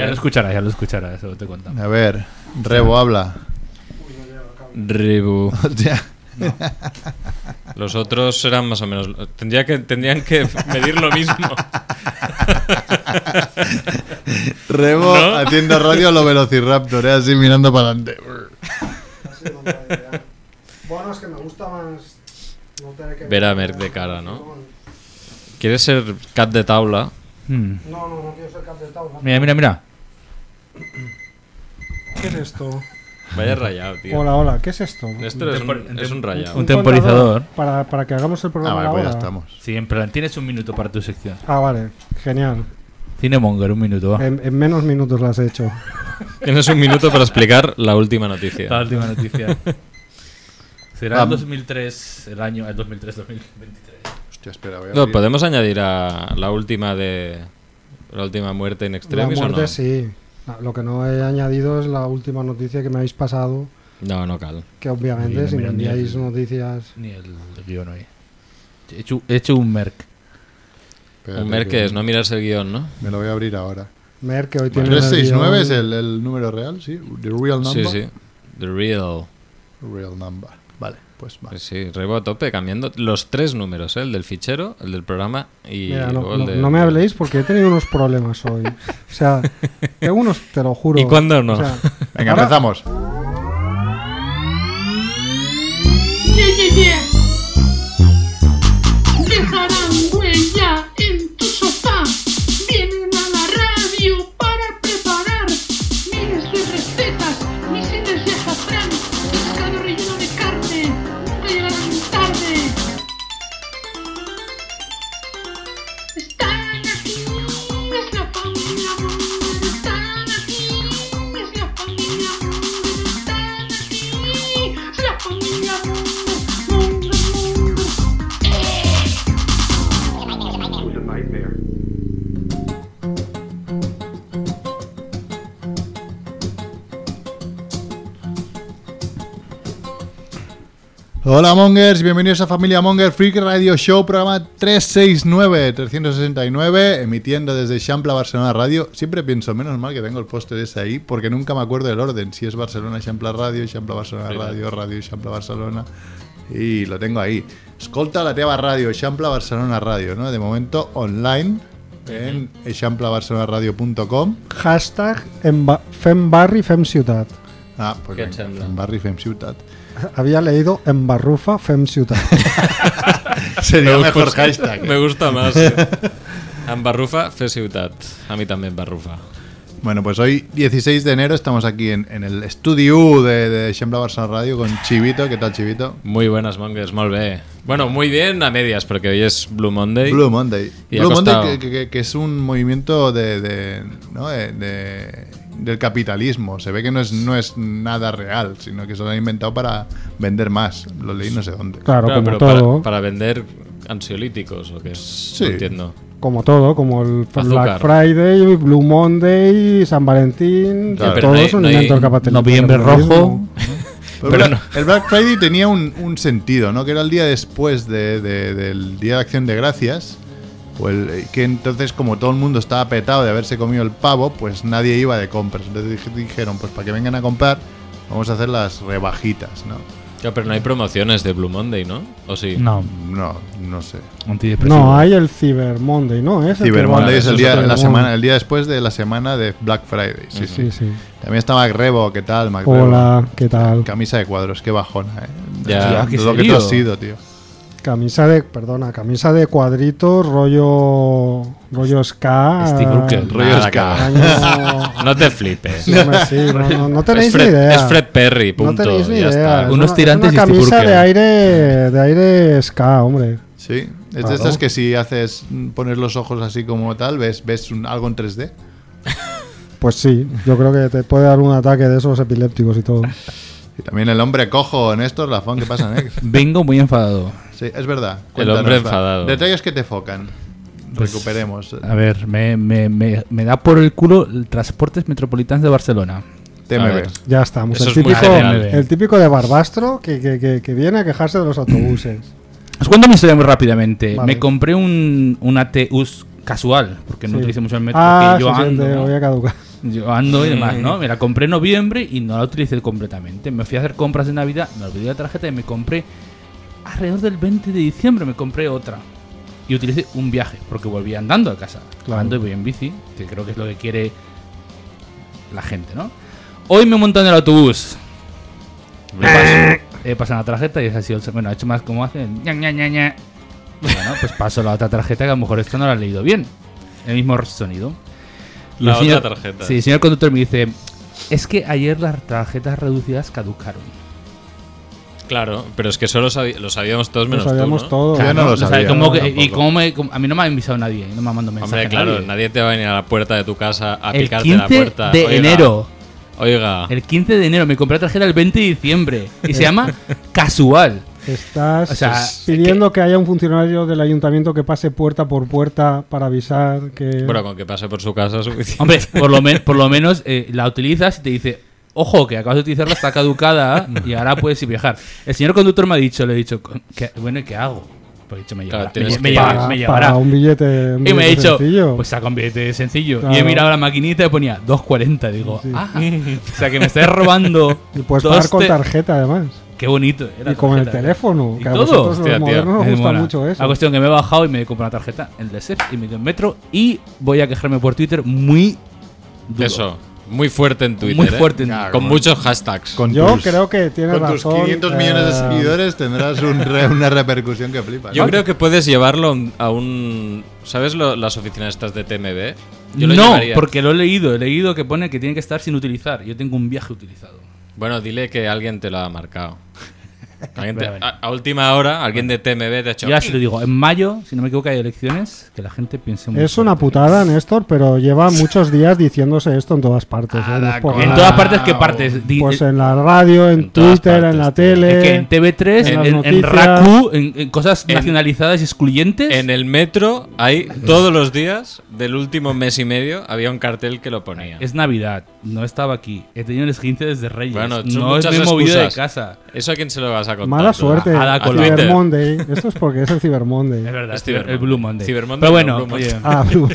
Ya lo escucharás, ya lo escucharás, eso te contamos. A ver, Rebo habla. Rebu. Ya. Los otros serán más o menos. Tendría que, tendrían que medir lo mismo. Rebo ¿No? haciendo radio a lo Velociraptor, ¿eh? así mirando para adelante. Ha sido una buena idea. Bueno, es que me gusta más no tener que Ver a Merck de cara, ¿no? ¿Quieres ser cat de tabla? Hmm. No, no, no quiero ser cap de tabla. Mira, mira, mira. ¿Qué es esto? Vaya rayado, tío. Hola, hola, ¿qué es esto? Esto es Tempor- un, es un rayado. Un temporizador. contador Para, para que hagamos el Ah, programa vale, pues ya ahora. estamos. Sí, en plan, tienes un minuto para tu sección. Eh, Ah, vale, genial. Cinemonger, un minuto, va. En, en menos minutos las he hecho. Tienes un minuto para explicar la última noticia. La última noticia. Será el Am- 2003, el año, el 2003-2023. Hostia, espera, voy a No, abrir. podemos añadir a la última de. La última muerte en La extremis muerte o no? sí. No, Lo que no he añadido es la última noticia que me habéis pasado, No, no cal. que Yo obviamente no si me miro ni enviáis el- noticias... Ni el guión hoy. He hecho, he hecho un merc. Espérate Un mer que es no mirarse el guión, ¿no? Me lo voy a abrir ahora. Merck, que hoy tiene... en el 369 guión- es el, el número real, ¿sí? The real Sí, number. sí. The real. Real number. Vale, pues va. Pues sí, rebo a tope, cambiando los tres números, ¿eh? el del fichero, el del programa y Mira, no, luego el no- de- no me habléis porque he tenido unos problemas hoy. O sea, tengo unos, te lo juro. ¿Y cuándo no? O sea, Venga, ahora- empezamos. Yeah, yeah, yeah. Dejarán huella en tu sofá. Vienen a la radio para preparar miles de recetas, misiles de azafrán, pescado relleno de carne. Nunca llegarán tarde. Están aquí, es la familia Munger. Están aquí, es la familia Munger. Están aquí, es la familia Munger. Eh. Munger, Munger. Hola Mongers, bienvenidos a Familia Monger Freak Radio Show, programa 369, 369, emitiendo desde Champla Barcelona Radio. Siempre pienso, menos mal que tengo el póster ese ahí, porque nunca me acuerdo del orden. Si es Barcelona Champla Radio, Champla Barcelona Radio, Radio Champla Barcelona. Y lo tengo ahí. Escolta la teva radio, Champla Barcelona Radio, ¿no? De momento online en champlabarcelonaradio.com. Hashtag en ba- Fem Barri Fem Ciutat. Ah, pues Què et vinga, sembla? en barri fem ciutat. Había leído en Barrufa Fem Ciutat. Sería Pues- mejor hashtag. Me gusta más. eh. En Barrufa, fe ciutat. A mí también Barrufa. Bueno, pues hoy, 16 de enero, estamos aquí en, en el estudio de, de Xembla Barça Radio con Chivito. ¿Qué tal, Chivito? Muy buenas, Mongers, molt bé. Bueno, muy bien a medias, porque hoy es Blue Monday. Blue Monday. Y ha Blue Monday, costado. que, que- que es un movimiento de, de- ¿no? de- de- del capitalismo. Se ve que no es, no es nada real, sino que se lo han inventado para vender más. Lo leí no sé dónde. Claro, Claro, pero como todo. para, para vender ansiolíticos o qué. Sí. entiendo. Como todo, como el Azúcar. Black Friday, Blue Monday, San Valentín. Claro. que Pero todo no hay- es un no hay- invento del capitalismo. Noviembre rojo. Pero Pero Bla- El Black Friday tenía un, un sentido, ¿no? Que era el día después de- de- del Día de Acción de Gracias. o el- eh, que entonces, como todo el mundo estaba petado de haberse comido el pavo, pues nadie iba de compras. Entonces dij- dijeron, pues para que vengan a comprar, vamos a hacer las rebajitas, ¿no? Claro, pero no hay promociones de Blue Monday, ¿no? ¿O sí? No, No, no sé. antidepresivo. No, hay el Cyber Monday, ¿no? Es el Cyber que- Monday vale, es el eso día, es la Cyber semana, el día después de la semana de Black Friday. Sí, sí. Sí, sí. También estaba Grebo, ¿qué tal, Mac Rebo? Hola, ¿qué tal? Camisa de cuadros, qué bajona, ¿eh? Ya. Hostia, Qué lo que tú serio. has sido, tío. Camisa de, perdona, camisa de cuadritos, rollo, rollo ska. eh, Steve Urkel. Rollo Nada, ska. cabrón. Año... No te flipes. Sí, hombre, sí, no, no- no tenéis Ah. es, Fred, ni idea. es Fred Perry, no punto. tenéis ni ya idea. está. Es Unos una- tirantes es y una Steve camisa Urkel. de aire, de aire ska, hombre. Sí, es Claro. de estas que si haces mm, pones los ojos así como tal, ves, ves un- algo en 3D. Pues sí, yo creo que te puede dar un ataque de esos epilépticos y todo. Y también el hombre cojo en estos, Lafón, ¿qué pasa, Nex? Vengo muy enfadado. ¿eh? Sí, es verdad. El hombre va. enfadado. Detalles que te focan. Pues, Recuperemos. A ver, me, me, me, me da por el culo el Transportes Metropolitanos de Barcelona. a TMB. ver. Ya estamos. Eso El es muy típico, general. el típico de Barbastro que, que- que- que viene a quejarse de los autobuses. Os cuento mi historia muy rápidamente. Vale. Me compré un, un Ateus casual, porque no Sí. utilizo mucho el metro, Ah, porque yo sí, sí, ando, te ¿no? voy a caducar. yo ando y demás, ¿no? Me la compré en noviembre y no la utilicé completamente. Me fui a hacer compras de Navidad, me olvidé la tarjeta y me compré alrededor del 20 de diciembre, me compré otra. Y utilicé un viaje, porque volví andando a casa. Claro. Ando y voy en bici, que creo que es lo que quiere la gente, ¿no? Hoy me monto en el autobús. Le paso, le pasan la tarjeta y es así. Bueno, ha hecho más como hacen. ña, ña, ña, ña. Bueno, pues paso la otra tarjeta que a lo mejor esto no la he leído bien. El mismo sonido. Y La el señor- otra tarjeta. Sí, el señor conductor me dice: Es que ayer las tarjetas reducidas caducaron. Claro, pero es que eso lo, sabi- lo sabíamos todos Lo menos sabíamos tú, ¿no? todo. Claro. yo no lo sabe, sabía, como no, que- tampoco. y como me- como- a mí no me ha avisado nadie, no me ha mandado mensaje. Hombre, claro, nadie. nadie. te va a venir a la puerta de tu casa a El picarte 15 la puerta. de Oiga, Ah. enero. Oiga, El 15 de enero me compré la tarjeta el 20 de diciembre y se llama Casual. Estás O sea, pidiendo que... haya un funcionario del ayuntamiento que pase puerta por puerta para avisar que... bueno, con que pase por su casa es suficiente. Hombre, por lo, men- por lo menos eh, la utilizas y te dice, ojo, que acabas de utilizarla, está caducada y ahora puedes ir viajar. El señor conductor me ha dicho, le he dicho, "Co- ¿qué- bueno, ¿y qué hago? Pues he dicho, me llevará. me, Claro, tienes lle- me que- llevará, para, me para llevará. un billete, un Y me ha billete dicho, sencillo. pues saca un billete sencillo. Y he Claro. mirado la maquinita y ponía 2.40. Digo, Sí. ah, o sea que me estáis robando. y puedes dos pagar con te- tarjeta además. Qué bonito. eh, la Y con el tarjeta. teléfono. Y Que a todo. vosotros Hostia, los tío. modernos os Me gusta mola. mucho La eso. cuestión que me he bajado y me he comprado una tarjeta en el SEF y me he ido en metro y voy a quejarme por Twitter muy duro. Eso, muy fuerte en Twitter. Muy ¿eh? fuerte en Con muchos hashtags. Con Yo tus- creo que tienes Con tus razón. 500 millones de eh, seguidores tendrás un re- una repercusión que flipas. Yo ¿no? creo que puedes llevarlo a un- a un. ¿Sabes lo- las oficinas estas de TMB? Yo lo no, llevaría. porque lo he leído. He leído que pone que tiene que estar sin utilizar. Yo tengo un viaje utilizado. Bueno, dile que alguien te lo ha marcado. Alguien te- Vale, vale. a, a última hora, alguien de TMB te ha hecho. Yo así lo digo. En mayo, si no me equivoco, hay elecciones. Que la gente piense mucho. Es una putada, Néstor, pero lleva muchos días diciéndose esto en todas partes. ¿eh? No es por En nada. todas partes, ¿qué partes? Di- Pues en la radio, en, En todas Twitter, partes, en la tío. tele. es que en TV3, en en, las en, noticias. Raku, en, en cosas En- nacionalizadas y excluyentes. En el metro hay todos los días del último mes y medio había un cartel que lo ponía. Es Navidad, no estaba aquí. He tenido el esguince desde Reyes. Bueno, son no me muchas he movido de excusas. casa. ¿Eso a quién se lo vas a contar? Ah, Mala tú? suerte. A- a la Cyber Twitter. Monday. Esto es porque es el Cyber Es Monday. verdad, Es el Cyber Monday. Blue Monday. Cyber Monday pero no, bueno, Blue Monday. oye, Ah, Blue.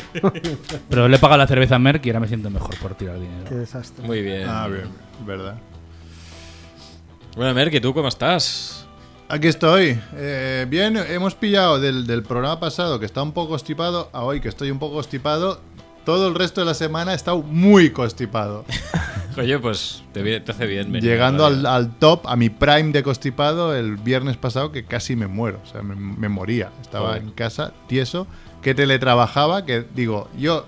pero le he pagado la cerveza a Merck y ahora me siento mejor por tirar dinero. Qué desastre. Muy bien. Ah, bien, verdad. Bueno, Merck, ¿y tú cómo estás? Aquí estoy. Eh, bien, hemos pillado del, del programa pasado que está un poco constipado a hoy que estoy un poco constipado. Todo el resto de la semana he estado muy constipado. Oye, pues te, vi- te hace bien. venir, Llegando ¿vale? al, al top, a mi prime de constipado el viernes pasado que casi me muero. O sea, me, me moría. Estaba Joder. en casa, tieso, que teletrabajaba, que digo, yo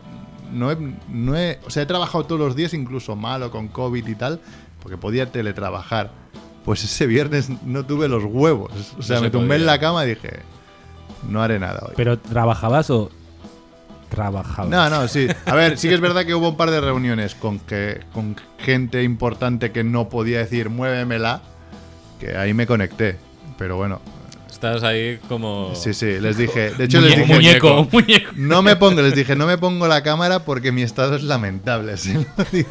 no he, no he- O sea, he trabajado todos los días, incluso malo, con COVID y tal, porque podía teletrabajar. Pues ese viernes no tuve los huevos. O sea, No se me tumbé en podía. la cama y dije, no haré nada hoy. Pero ¿trabajabas o trabajabas? No, no, sí. A ver, sí que es verdad que hubo un par de reuniones con, que, con gente importante que no podía decir muévemela, que ahí me conecté. Pero bueno, Estás ahí como. sí, sí, les dije. De hecho, les Muñeco, dije. muñeco, muñeco. No me pongo, les dije, no me pongo la cámara porque mi estado es lamentable, se lo dije.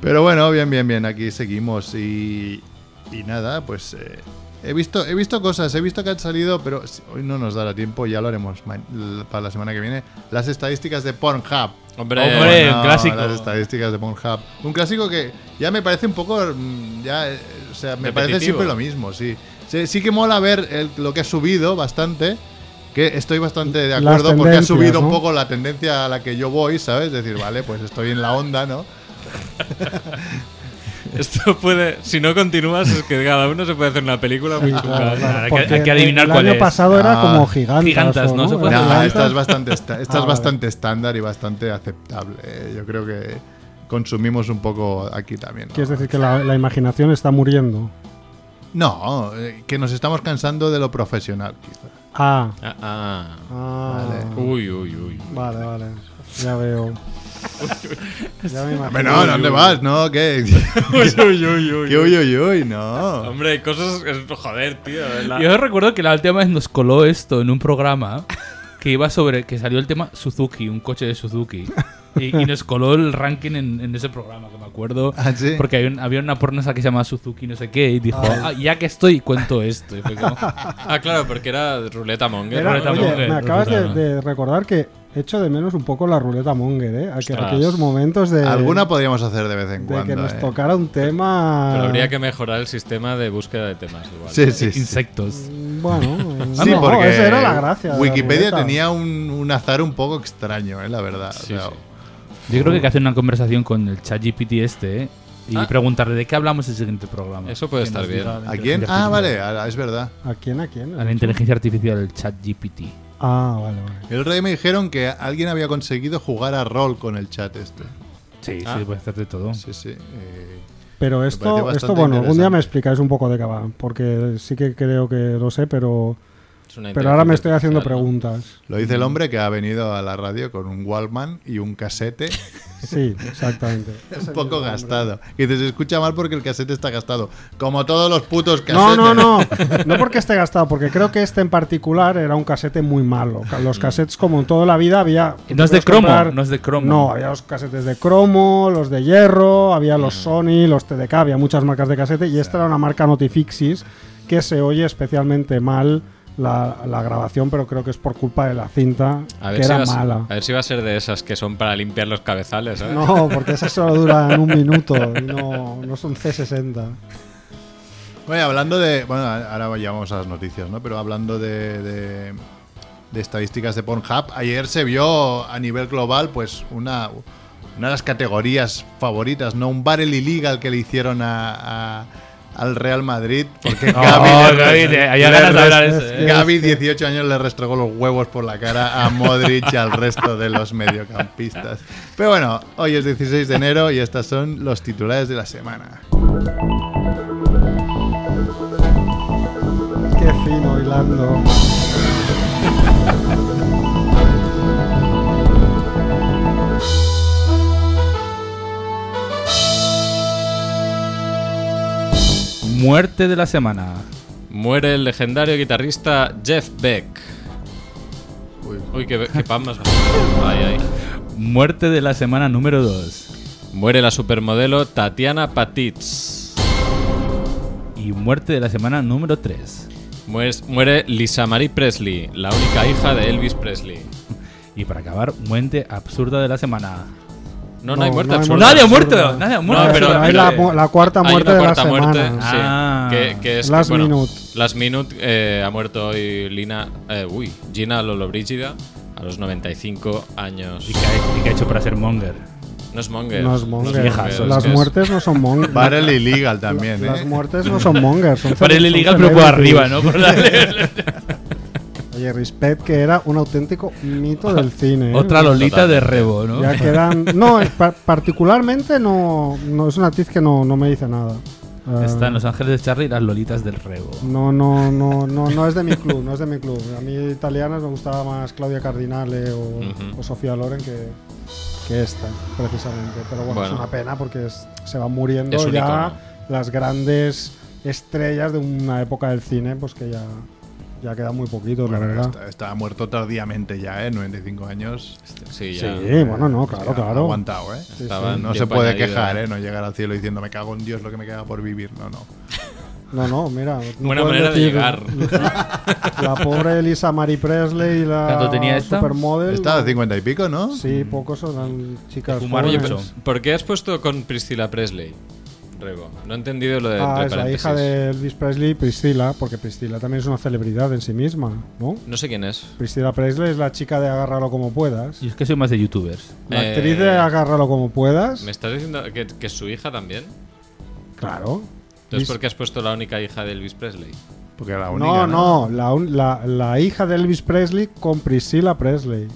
Pero bueno, bien, bien, bien, aquí seguimos y, y nada, pues eh, he, visto, he visto cosas, he visto que han salido, pero si- hoy no nos dará tiempo, ya lo haremos ma- l- para la semana que viene, las estadísticas de Pornhub. Hombre, Hombre. un clásico. Las estadísticas de Pornhub. Un clásico que ya me parece un poco. mm, Ya, eh, o sea, me parece Repetitivo. siempre lo mismo, sí. Sí, sí que mola ver el- lo que ha subido bastante. Que estoy bastante de Las acuerdo porque ha tendencias, subido un ¿no? poco la tendencia a la que yo voy, ¿sabes? Es decir, vale, pues estoy en la onda, ¿no? Esto puede. Si no continúas, es que cada uno se puede hacer una película muy chunga. Claro, claro, hay que- porque hay que adivinar el cuál año es. pasado era Ah. como gigantas. Gigantas, ¿o ¿no? Se ¿Era puede Nah, hacer gigantas? esta es bastante, esta- esta Ah, es vale. bastante estándar y bastante aceptable. eh. Yo creo que consumimos un poco aquí también. ¿no? Quieres decir que la, la imaginación está muriendo. No, eh, que nos estamos cansando de lo profesional, quizá. Ah. Ah, ah. ah. Uy, uy, uy. Vale, vale. Ya veo. Ya me imagino. Hombre, no, ¿dónde vas? No, ¿qué? uy, uy, uy, uy. ¿Qué uy, uy, uy? No. Hombre, hay cosas. es- Joder, tío. la- Yo recuerdo que la última vez nos coló esto en un programa que iba sobre que salió el tema Suzuki, un coche de Suzuki. y, y nos coló el ranking en, en ese programa, que me acuerdo. Ah, ¿sí? Porque hay un- había una pornosa que se llamaba Suzuki, no sé qué, y dijo, "Ah, ya que estoy, cuento esto. Y fue como, Ah, claro, porque era ruleta monger. Era- ruleta oye, monger. me acabas de, Ruleta. de recordar que echo de menos un poco la ruleta monger, ¿eh? Aqu- Ostras. Aquellos momentos de, Alguna podríamos hacer de vez en Eh, de cuando. que nos eh. tocara un tema... Pero habría que mejorar el sistema de búsqueda de temas igual. Sí, sí, sí. Insectos. Bueno, eh, Sí, no, porque esa era la gracia. de la Wikipedia ruleta. tenía un, un azar un poco extraño, eh, la verdad. O Sí, sea, sí. Yo creo que hay que hacer una conversación con el chat GPT este, ¿eh? Y Ah. preguntarle de qué hablamos el siguiente programa. Eso puede Que nos estar bien. diga la ¿A quién? inteligencia Ah, artificial. vale, a- es verdad. ¿A quién, a quién? A la inteligencia artificial, el chat GPT. Ah, vale, vale. El otro día me dijeron que alguien había conseguido jugar a rol con el chat este. Sí, Ah. sí, puede hacer de todo. Sí, sí. eh, Pero parece esto, bastante esto bueno, algún día interesante. me explicáis un poco de qué va, porque sí que creo que lo sé, pero, Es una pero ahora me estoy inteligencia haciendo artificial, ¿no? preguntas. lo dice el hombre que ha venido a la radio con un Wallman y un casete Sí, exactamente. un poco gastado. Y dices, se escucha mal porque el casete está gastado. Como todos los putos No, casetes. no, no. No porque esté gastado, porque creo que este en particular era un casete muy malo. Los cassettes, como en toda la vida, había. Y no es de podías cromo, no es de cromo. No, había los casetes de cromo, los de hierro, había Mm. los Sony, los TDK, había muchas marcas de casete. Y esta era una marca Notifixis que se oye especialmente mal la, la grabación, pero creo que es por culpa de la cinta, A que ver, si era va a ser- mala. a ver si va a ser de esas que son para limpiar los cabezales. ¿eh? ¿sabes? No, porque esas solo duran un minuto y no, no son C60. Oye, hablando de. Bueno, ahora ya vamos a las noticias, ¿no? Pero hablando de, de- de estadísticas de Pornhub, ayer se vio a nivel global, pues, una, una de las categorías favoritas, ¿no? Un barrel illegal que le hicieron a- a- al Real Madrid, porque Gaby. Oh, le- Gaby, te- había le ganas de hablar rest- eso, ¿eh? Gaby, 18 años, le restregó los huevos por la cara a Modric y al resto de los mediocampistas. Pero bueno, hoy es 16 de enero y estas son los titulares de la semana. Qué fino hilando. Muerte de la semana. Muere el legendario guitarrista Jeff Beck. Uy. Uy, qué, qué pan más. Ay, ay. Muerte de la semana número 2. Muere la supermodelo Tatiana Patitz. Y muerte de la semana número 3. Muere, muere Lisa Marie Presley, la única hija de Elvis Presley. Y para acabar, muerte absurda de la semana. No, no, hay muerte no hay absurda. ¡Nadie ha absurda. muerto! ¡Nadie ha muerto! No, pero- Ah, hay pero- la, mu- la cuarta Hay muerte una de la cuarta semana. muerte, sí, Ah. que, que es Last bueno, minute. Last minute eh, ha muerto hoy Lina, eh, uy, Gina Lollobrigida a los 95 años. ¿Y qué ha- y qué ha hecho para ser Monger? No es Monger. No es monger. viejas, son Las es- muertes no son monger. Barrel illegal también, ¿eh? Las muertes no son mongers. Son Para el cele- ilegal, son pero por celebrities. arriba, ¿no? Por darle- Oye, Respect, que era un auténtico mito del cine. ¿eh? Otra Lolita de Rebo, ¿no? Ya quedan. No, es pa- particularmente no, no. Es una actriz que no, no me dice nada. Eh, Está en Los Ángeles de Charlie y las Lolitas del Rebo. No, no, no, no, no es de mi club, no es de mi club. A mí italianas me gustaba más Claudia Cardinale o, Ujú. o Sofía Loren que, que esta, precisamente. Pero bueno, es Bueno. una pena porque es- se van muriendo Es un ya icono. las grandes estrellas de una época del cine, pues que ya, ya queda muy poquito, la Bueno, verdad. está- estaba muerto tardíamente ya, ¿eh? 95 años. Sí, Sí, ya. bueno, no, claro, Ha claro. Aguantado, ¿eh? Estaban No se tiempo puede añadido. quejar, ¿eh? No llegar al cielo diciendo, me cago en Dios lo que me queda por vivir. No, no. No, no, mira. no Buena puedes manera de decir- llegar. La pobre Elisa Marie Presley y la ¿Cuánto tenía esta? supermodel. Estaba de 50 y pico, ¿no? Sí, pocos eran chicas. Fumar Oye, jóvenes. pero, mucho. ¿por qué has puesto con Priscilla Presley? Rego, no he entendido lo de Ah, entre es la paréntesis. hija de Elvis Presley, Priscilla, porque Priscilla también es una celebridad en sí misma, ¿no? No sé quién es. Priscilla Presley es la chica de Agárralo como puedas. Y es que soy más de youtubers. La Eh, actriz de Agárralo como puedas. ¿Me estás diciendo que, que es su hija también? Claro. Entonces, Pris- ¿por qué has puesto la única hija de Elvis Presley? Porque era la única. No, no, la, un- la- la hija de Elvis Presley con Priscilla Presley.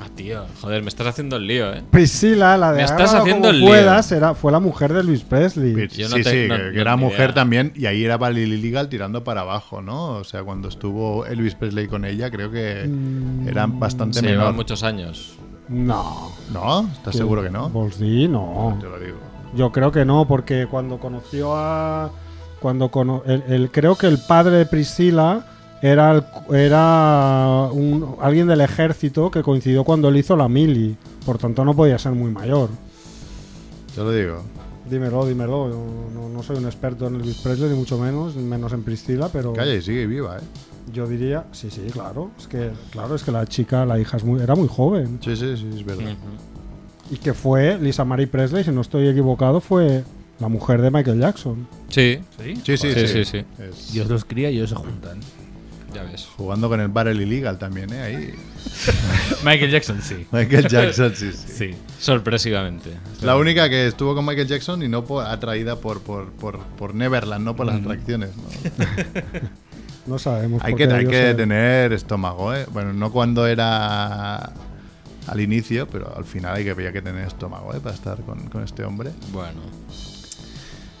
Ah, tío, joder, me estás haciendo el lío, ¿eh? Priscilla, la de Me estás Agárralo haciendo el como lío. puedas, era, fue la mujer de Elvis Presley. Pero- Yo no sí, te- sí, no- que, que no era tengo mujer idea. también y ahí era Barrel Illegal tirando para abajo, ¿no? O sea, cuando estuvo Elvis Presley con ella, creo que eran bastante Se menor. llevan muchos años. No. ¿No? ¿Estás seguro que no? Pues sí, no. Te lo digo. Yo creo que no, porque cuando conoció a. Cuando cono- el, el- creo que el padre de Priscila era, el- era un- alguien del ejército que coincidió cuando él hizo la mili. Por tanto, no podía ser muy mayor. Yo lo digo. Dímelo, dímelo. Yo no, no soy un experto en Elvis Presley, ni mucho menos, menos en Priscila, pero Calla y sigue viva, ¿eh? yo diría, sí, sí, claro. Es que, claro, es que la chica, la hija, es muy, era muy joven. Sí, sí, sí, es verdad. Y que fue Lisa Marie Presley, si no estoy equivocado, fue la mujer de Michael Jackson. Sí, ¿Sí? Sí, sí, sí. Sí, sí, sí. Es- Dios los cría y ellos se juntan. ya ves. Jugando con el Barrel Illegal también, ¿eh? Ahí. Michael Jackson, sí. Michael Jackson, sí, sí. Sí. Sorpresivamente. La única que estuvo con Michael Jackson y no por, atraída por, por, por, por Neverland, no por las atracciones. ¿no? No sabemos. Hay por que, qué hay debió que ser. tener estómago, ¿eh? Bueno, no cuando era al inicio, pero al final hay que, había que tener estómago, ¿eh? Para estar con, con este hombre. Bueno.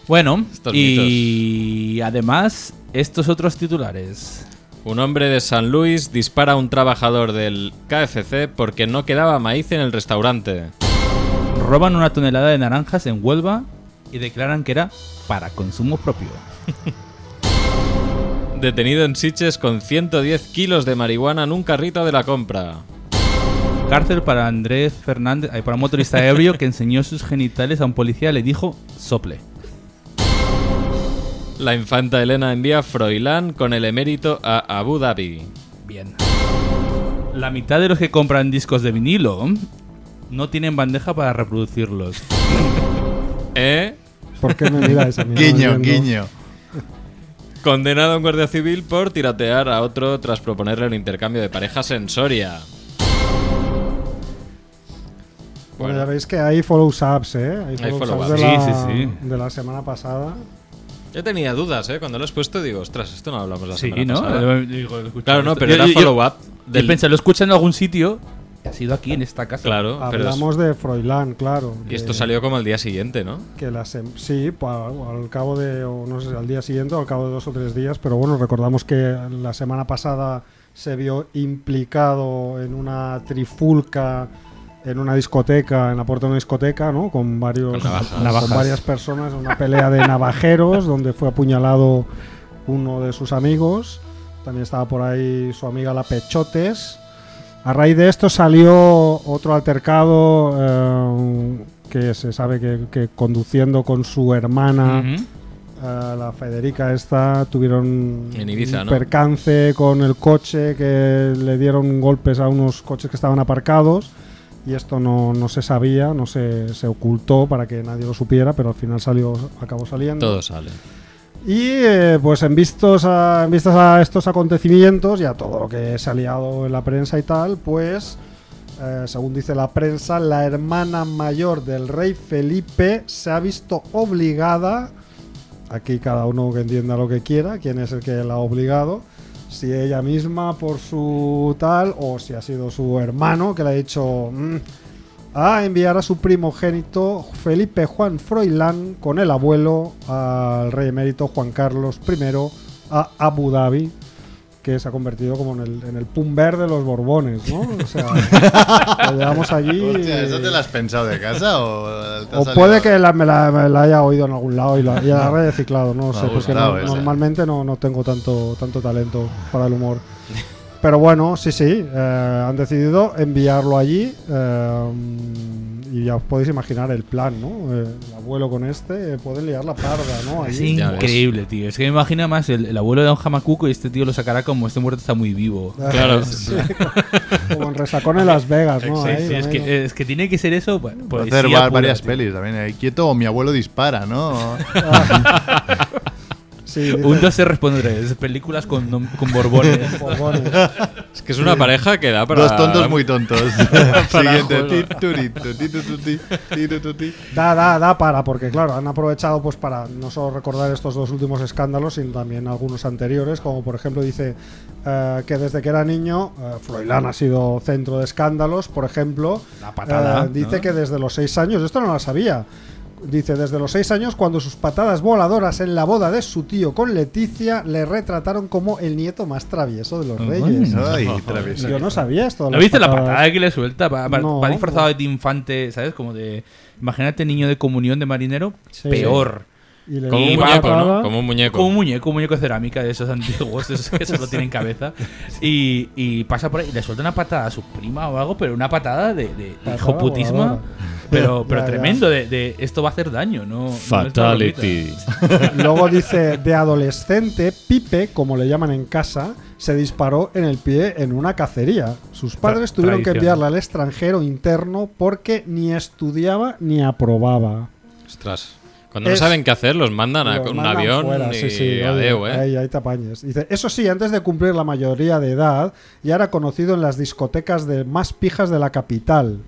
Bueno, Estos y además, estos otros titulares. Un hombre de San Luis dispara a un trabajador del KFC porque no quedaba maíz en el restaurante. Roban una tonelada de naranjas en Huelva y declaran que era para consumo propio. Detenido en Siches con 110 kilos de marihuana en un carrito de la compra. Cárcel para Andrés Fernández, ay, para un motorista ebrio que enseñó sus genitales a un policía y le dijo sople. La infanta Elena envía Froilán con el emérito a Abu Dhabi. Bien. La mitad de los que compran discos de vinilo no tienen bandeja para reproducirlos. ¿Eh? ¿Por qué me miráis a mí? No Guiño, entiendo. guiño. Condenado a un guardia civil por tiratear a otro tras proponerle el intercambio de parejas en Soria. Bueno, ya veis que hay follow-ups, ¿eh? Hay follow-ups follow-ups. de, la- Sí, sí, sí. de la semana pasada. Yo tenía dudas, ¿eh? Cuando lo has puesto digo, ostras, esto no lo hablamos la Sí, semana ¿no? pasada". Yo digo, lo escucho Claro, no, esto. pero Yo- era yo- yo- follow-up yo del... pensé, lo escuchan en algún sitio y ha sido aquí, en esta casa. Claro, pero... es- Hablamos Mm. de Froilán, claro. Y esto que- salió como al día siguiente, ¿no? Que la sem- sí, pa- al cabo de, o no sé si al día siguiente o al cabo de dos o tres días, pero bueno, recordamos que la semana pasada se vio implicado en una trifulca en una discoteca, en la puerta de una discoteca, ¿no? Con varios Con navajas. con Navajas. varias personas, en una pelea de navajeros donde fue apuñalado uno de sus amigos. También estaba por ahí su amiga la Pechotes. A raíz de esto salió otro altercado eh, que se sabe que, que conduciendo con su hermana, Ujú. eh, la Federica esta, tuvieron En Ibiza, un ¿no? percance con el coche, que le dieron golpes a unos coches que estaban aparcados. Y esto no, no se sabía, no se, se ocultó para que nadie lo supiera, pero al final salió, acabó saliendo. Todo sale. Y eh, pues en, vistos a, en vistas a estos acontecimientos y a todo lo que se ha liado en la prensa y tal, pues, eh, según dice la prensa, la hermana mayor del rey Felipe se ha visto obligada, aquí cada uno que entienda lo que quiera, quién es el que la ha obligado, si ella misma por su tal o si ha sido su hermano que le ha dicho... "Mm, a enviar a su primogénito Felipe Juan Froilán con el abuelo al rey emérito Juan Carlos I a Abu Dhabi, que se ha convertido como en el, en el Pumber de los Borbones, ¿no? O sea, lo llevamos allí. Hostia, ¿eso te lo has pensado de casa o te ha O salido? puede que la- me, la, me la haya oído en algún lado y la, y la haya reciclado, no lo Me ha sé, porque gustado no- esa. normalmente no, no tengo tanto, tanto talento para el humor. Pero bueno, sí, sí, eh, han decidido enviarlo allí eh, y ya os podéis imaginar el plan, ¿no? Eh, el abuelo con este, eh, pueden liar la parda, ¿no? Es Allí. ya ves. increíble, tío. Es que me imagino más el, el abuelo de Don Jamacuco y este tío lo sacará como este muerto está muy vivo. Claro. Como en Resacón en Las Vegas, ¿no? Sí, Ahí, sí, es, ahí, ¿no? que, es que tiene que ser eso. Bueno, Puede poesía hacer va- pura, varias tío. pelis también. ¿eh? Quieto o mi abuelo dispara, ¿no? Sí, dice- Un 12 responde tres. Películas con, nom- con borbones. Borbones. Es que es una pareja que da para... Dos tontos muy tontos. Siguiente. juego. Ti, turito, ti, tu, tu, ti, ti, tu, tu, ti. Da, da, da para, porque claro, han aprovechado pues para no solo recordar estos dos últimos escándalos, sino también algunos anteriores, como por ejemplo dice eh, que desde que era niño, eh, Froilán ha sido centro de escándalos, por ejemplo, La patada, eh, dice ¿no? que desde los seis años, esto no lo sabía, dice desde los seis años cuando sus patadas voladoras en la boda de su tío con Leticia le retrataron como el nieto más travieso de los Ujú. reyes. Ay, travieso. Yo no sabía esto. de ¿Lo las viste la patadas. patada que le suelta? Va, va- No, va disfrazado de infante, ¿sabes? Como de. Imagínate niño de comunión de marinero. Sí. Peor. Y le Como dio un una muñeco, patada. ¿no? Como un muñeco. Como un muñeco, un muñeco de cerámica de esos antiguos, esos que solo tienen cabeza. Y, y pasa por ahí, le suelta una patada a su prima o algo, pero una patada de, de Patada hijoputismo. voladora. Pero, pero Ya, ya. tremendo, de, de esto va a hacer daño, ¿no? no es Fatality. Luego dice, de adolescente, Pipe, como le llaman en casa, se disparó en el pie en una cacería. Sus padres Tra- tuvieron tradición. que enviarla al extranjero interno porque ni estudiaba ni aprobaba. Ostras. Cuando Es- no saben qué hacer, los mandan a Los un mandan avión fuera, y sí, sí, adeu, oye, ¿eh? Ahí, ahí te apañes. Dice, eso sí, antes de cumplir la mayoría de edad, ya era conocido en las discotecas de más pijas de la capital.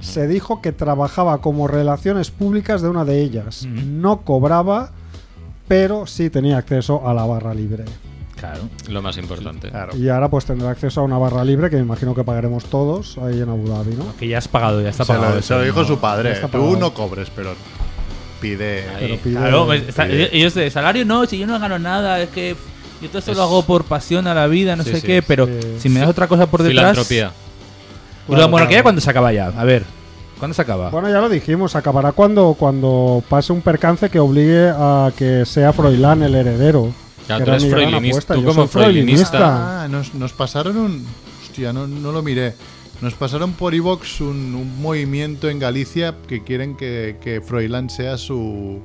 Se dijo que trabajaba como relaciones públicas de una de ellas. Ujú. No cobraba, pero sí tenía acceso a la barra libre. verdad. Claro. Lo más importante. Claro. Y ahora pues tendrá acceso a una barra libre que me imagino que pagaremos todos ahí en Abu Dhabi, ¿no? Que ya has pagado, ya está Se pagado. lo, se eso, lo dijo ¿no? su padre. Ya está Tú pagado. no cobres, pero pide. Pero pide- Claro, pues, está- Sí. ellos de salario no, si yo no gano nada, es que yo todo esto lo hago por pasión a la vida, no Sí, sé sí. qué, pero Sí. si me das otra cosa por detrás. Filantropía. Pues la Claro, monarquía claro. cuando se acaba ya, a ver, ¿cuándo se acaba? Bueno, ya lo dijimos, acabará cuando, cuando pase un percance que obligue a que sea Froilán el heredero. Ya, que tú era eres mi gran froilinista, apuesta, tú yo como soy froilinista. froilinista. Ah, nos, nos pasaron un. Hostia, no, no lo miré. Nos pasaron por Evox un, un movimiento en Galicia que quieren que, que Froilán sea su.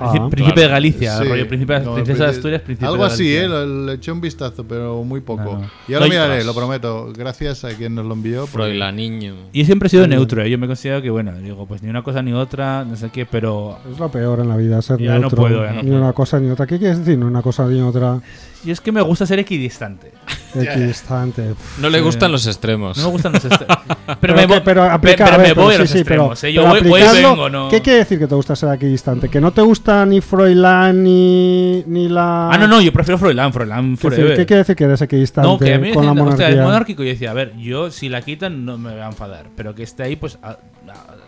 Ah, Príncipe- príncipe de Galicia, sí, rollo príncipe, como princesa de príncipe- Asturias, príncipe Algo de así, Galicia. ¿eh? Lo- le eché un vistazo, pero muy poco. No, no. Y ahora Lo miraré, hizo. lo prometo. Gracias a quien nos lo envió. porque- Froila niño. Y siempre he sido neutro, ¿eh? yo me considero que, bueno, digo, pues ni una cosa ni otra, no sé qué, pero Es lo peor en la vida, ser Ya no neutro. puedo, ya no ni puedo. una cosa ni otra. ¿Qué quieres decir? Ni una cosa ni otra. yo es que me gusta ser equidistante. Equidistante. Pff. No le gustan los extremos. No me gustan los extremos. Pero, Pero, me, que- voy- pero pe- aplica- pero a ver, me voy a sí, los sí, pero- extremos, ¿eh? yo pero voy, voy y aplicarlo, vengo, ¿no? ¿Qué quiere decir que te gusta ser equidistante? ¿Que no te gusta ni Froilán ni, ni la. Ah, no, no, yo prefiero Froilán, Froilán Quiero decir, forever. ¿Qué quiere decir que eres equidistante No, que a mí me con la decían, hostia, monarquía? es monárquico. Y yo decía, a ver, yo si la quitan no me voy a enfadar, pero que esté ahí, pues. a- a-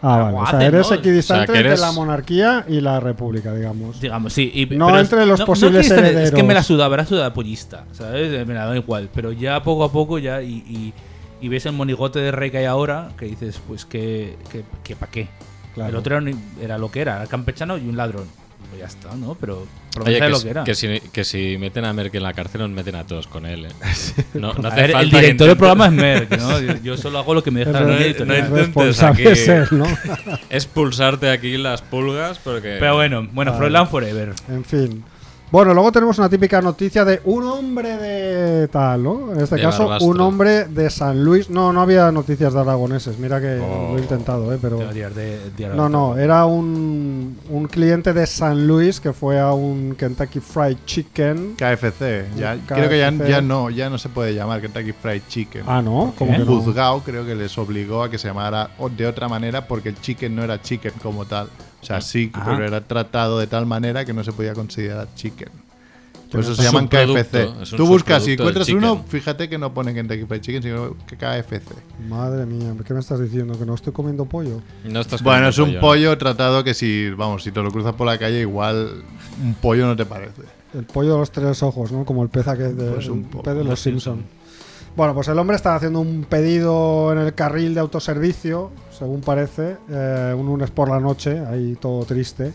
Ah, algo vale. O sea, hacen, eres ¿no? equidistante O sea, que entre eres- la monarquía y la república, digamos. Digamos, sí. y- No pero entre los posibles que estén- Es que herederos. me la sudaba, era sudapollista, ¿sabes? Eh, Me la da igual. Pero ya poco a poco ya. Y, y- y ves el monigote de rey que hay ahora, que dices, pues que. que, que ¿Para qué? Claro. El otro era, un- era lo que era, era campechano y un ladrón. Pues ya está, ¿no? Pero. promesa de Oye, que, lo si- que era. que si, que si meten a Merkel en la cárcel, nos meten a todos con él. ¿eh? No, no A hace ver, falta el que director del intenten- programa es Merck, ¿no? Yo- Yo solo hago lo que me deja la re- línea no editorial. El intentes responsable aquí. es él, ¿no? Expulsarte aquí las pulgas porque. Pero bueno, bueno, Froilán Forever. En fin. Bueno, luego tenemos una típica noticia de un hombre de tal, ¿no? En este De caso, Barbastro. un hombre de San Luis. No, no había noticias de aragoneses. Mira que Oh. lo he intentado, ¿eh? Pero... Te voy a tirar de- de No, no, era un, un cliente de San Luis que fue a un Kentucky Fried Chicken. KFC. Ya, KFC. Creo que ya, ya no ya no se puede llamar Kentucky Fried Chicken. Ah, ¿no? Como ¿Eh? que un no? juzgado creo que les obligó a que se llamara o- de otra manera porque el chicken no era chicken como tal. O sea, sí, Ah. pero era tratado de tal manera que no se podía considerar chicken. Por eso Es se un llaman subproducto, es KFC. un Tú buscas, si subproducto encuentras del uno, chicken. fíjate que no pone Kentucky Fried Chicken, sino que KFC. Madre mía, ¿qué me estás diciendo? ¿Que no estoy comiendo pollo? No estás Bueno, comiendo es un pollo tratado que si, vamos, si te lo cruzas por la calle, igual un pollo no te parece. El pollo de los tres ojos, ¿no? Como el pez, aquel de, Pues un el poco, pez de los Simpson. Bueno, pues el hombre estaba haciendo un pedido en el carril de autoservicio, según parece, eh, un lunes por la noche, ahí todo triste,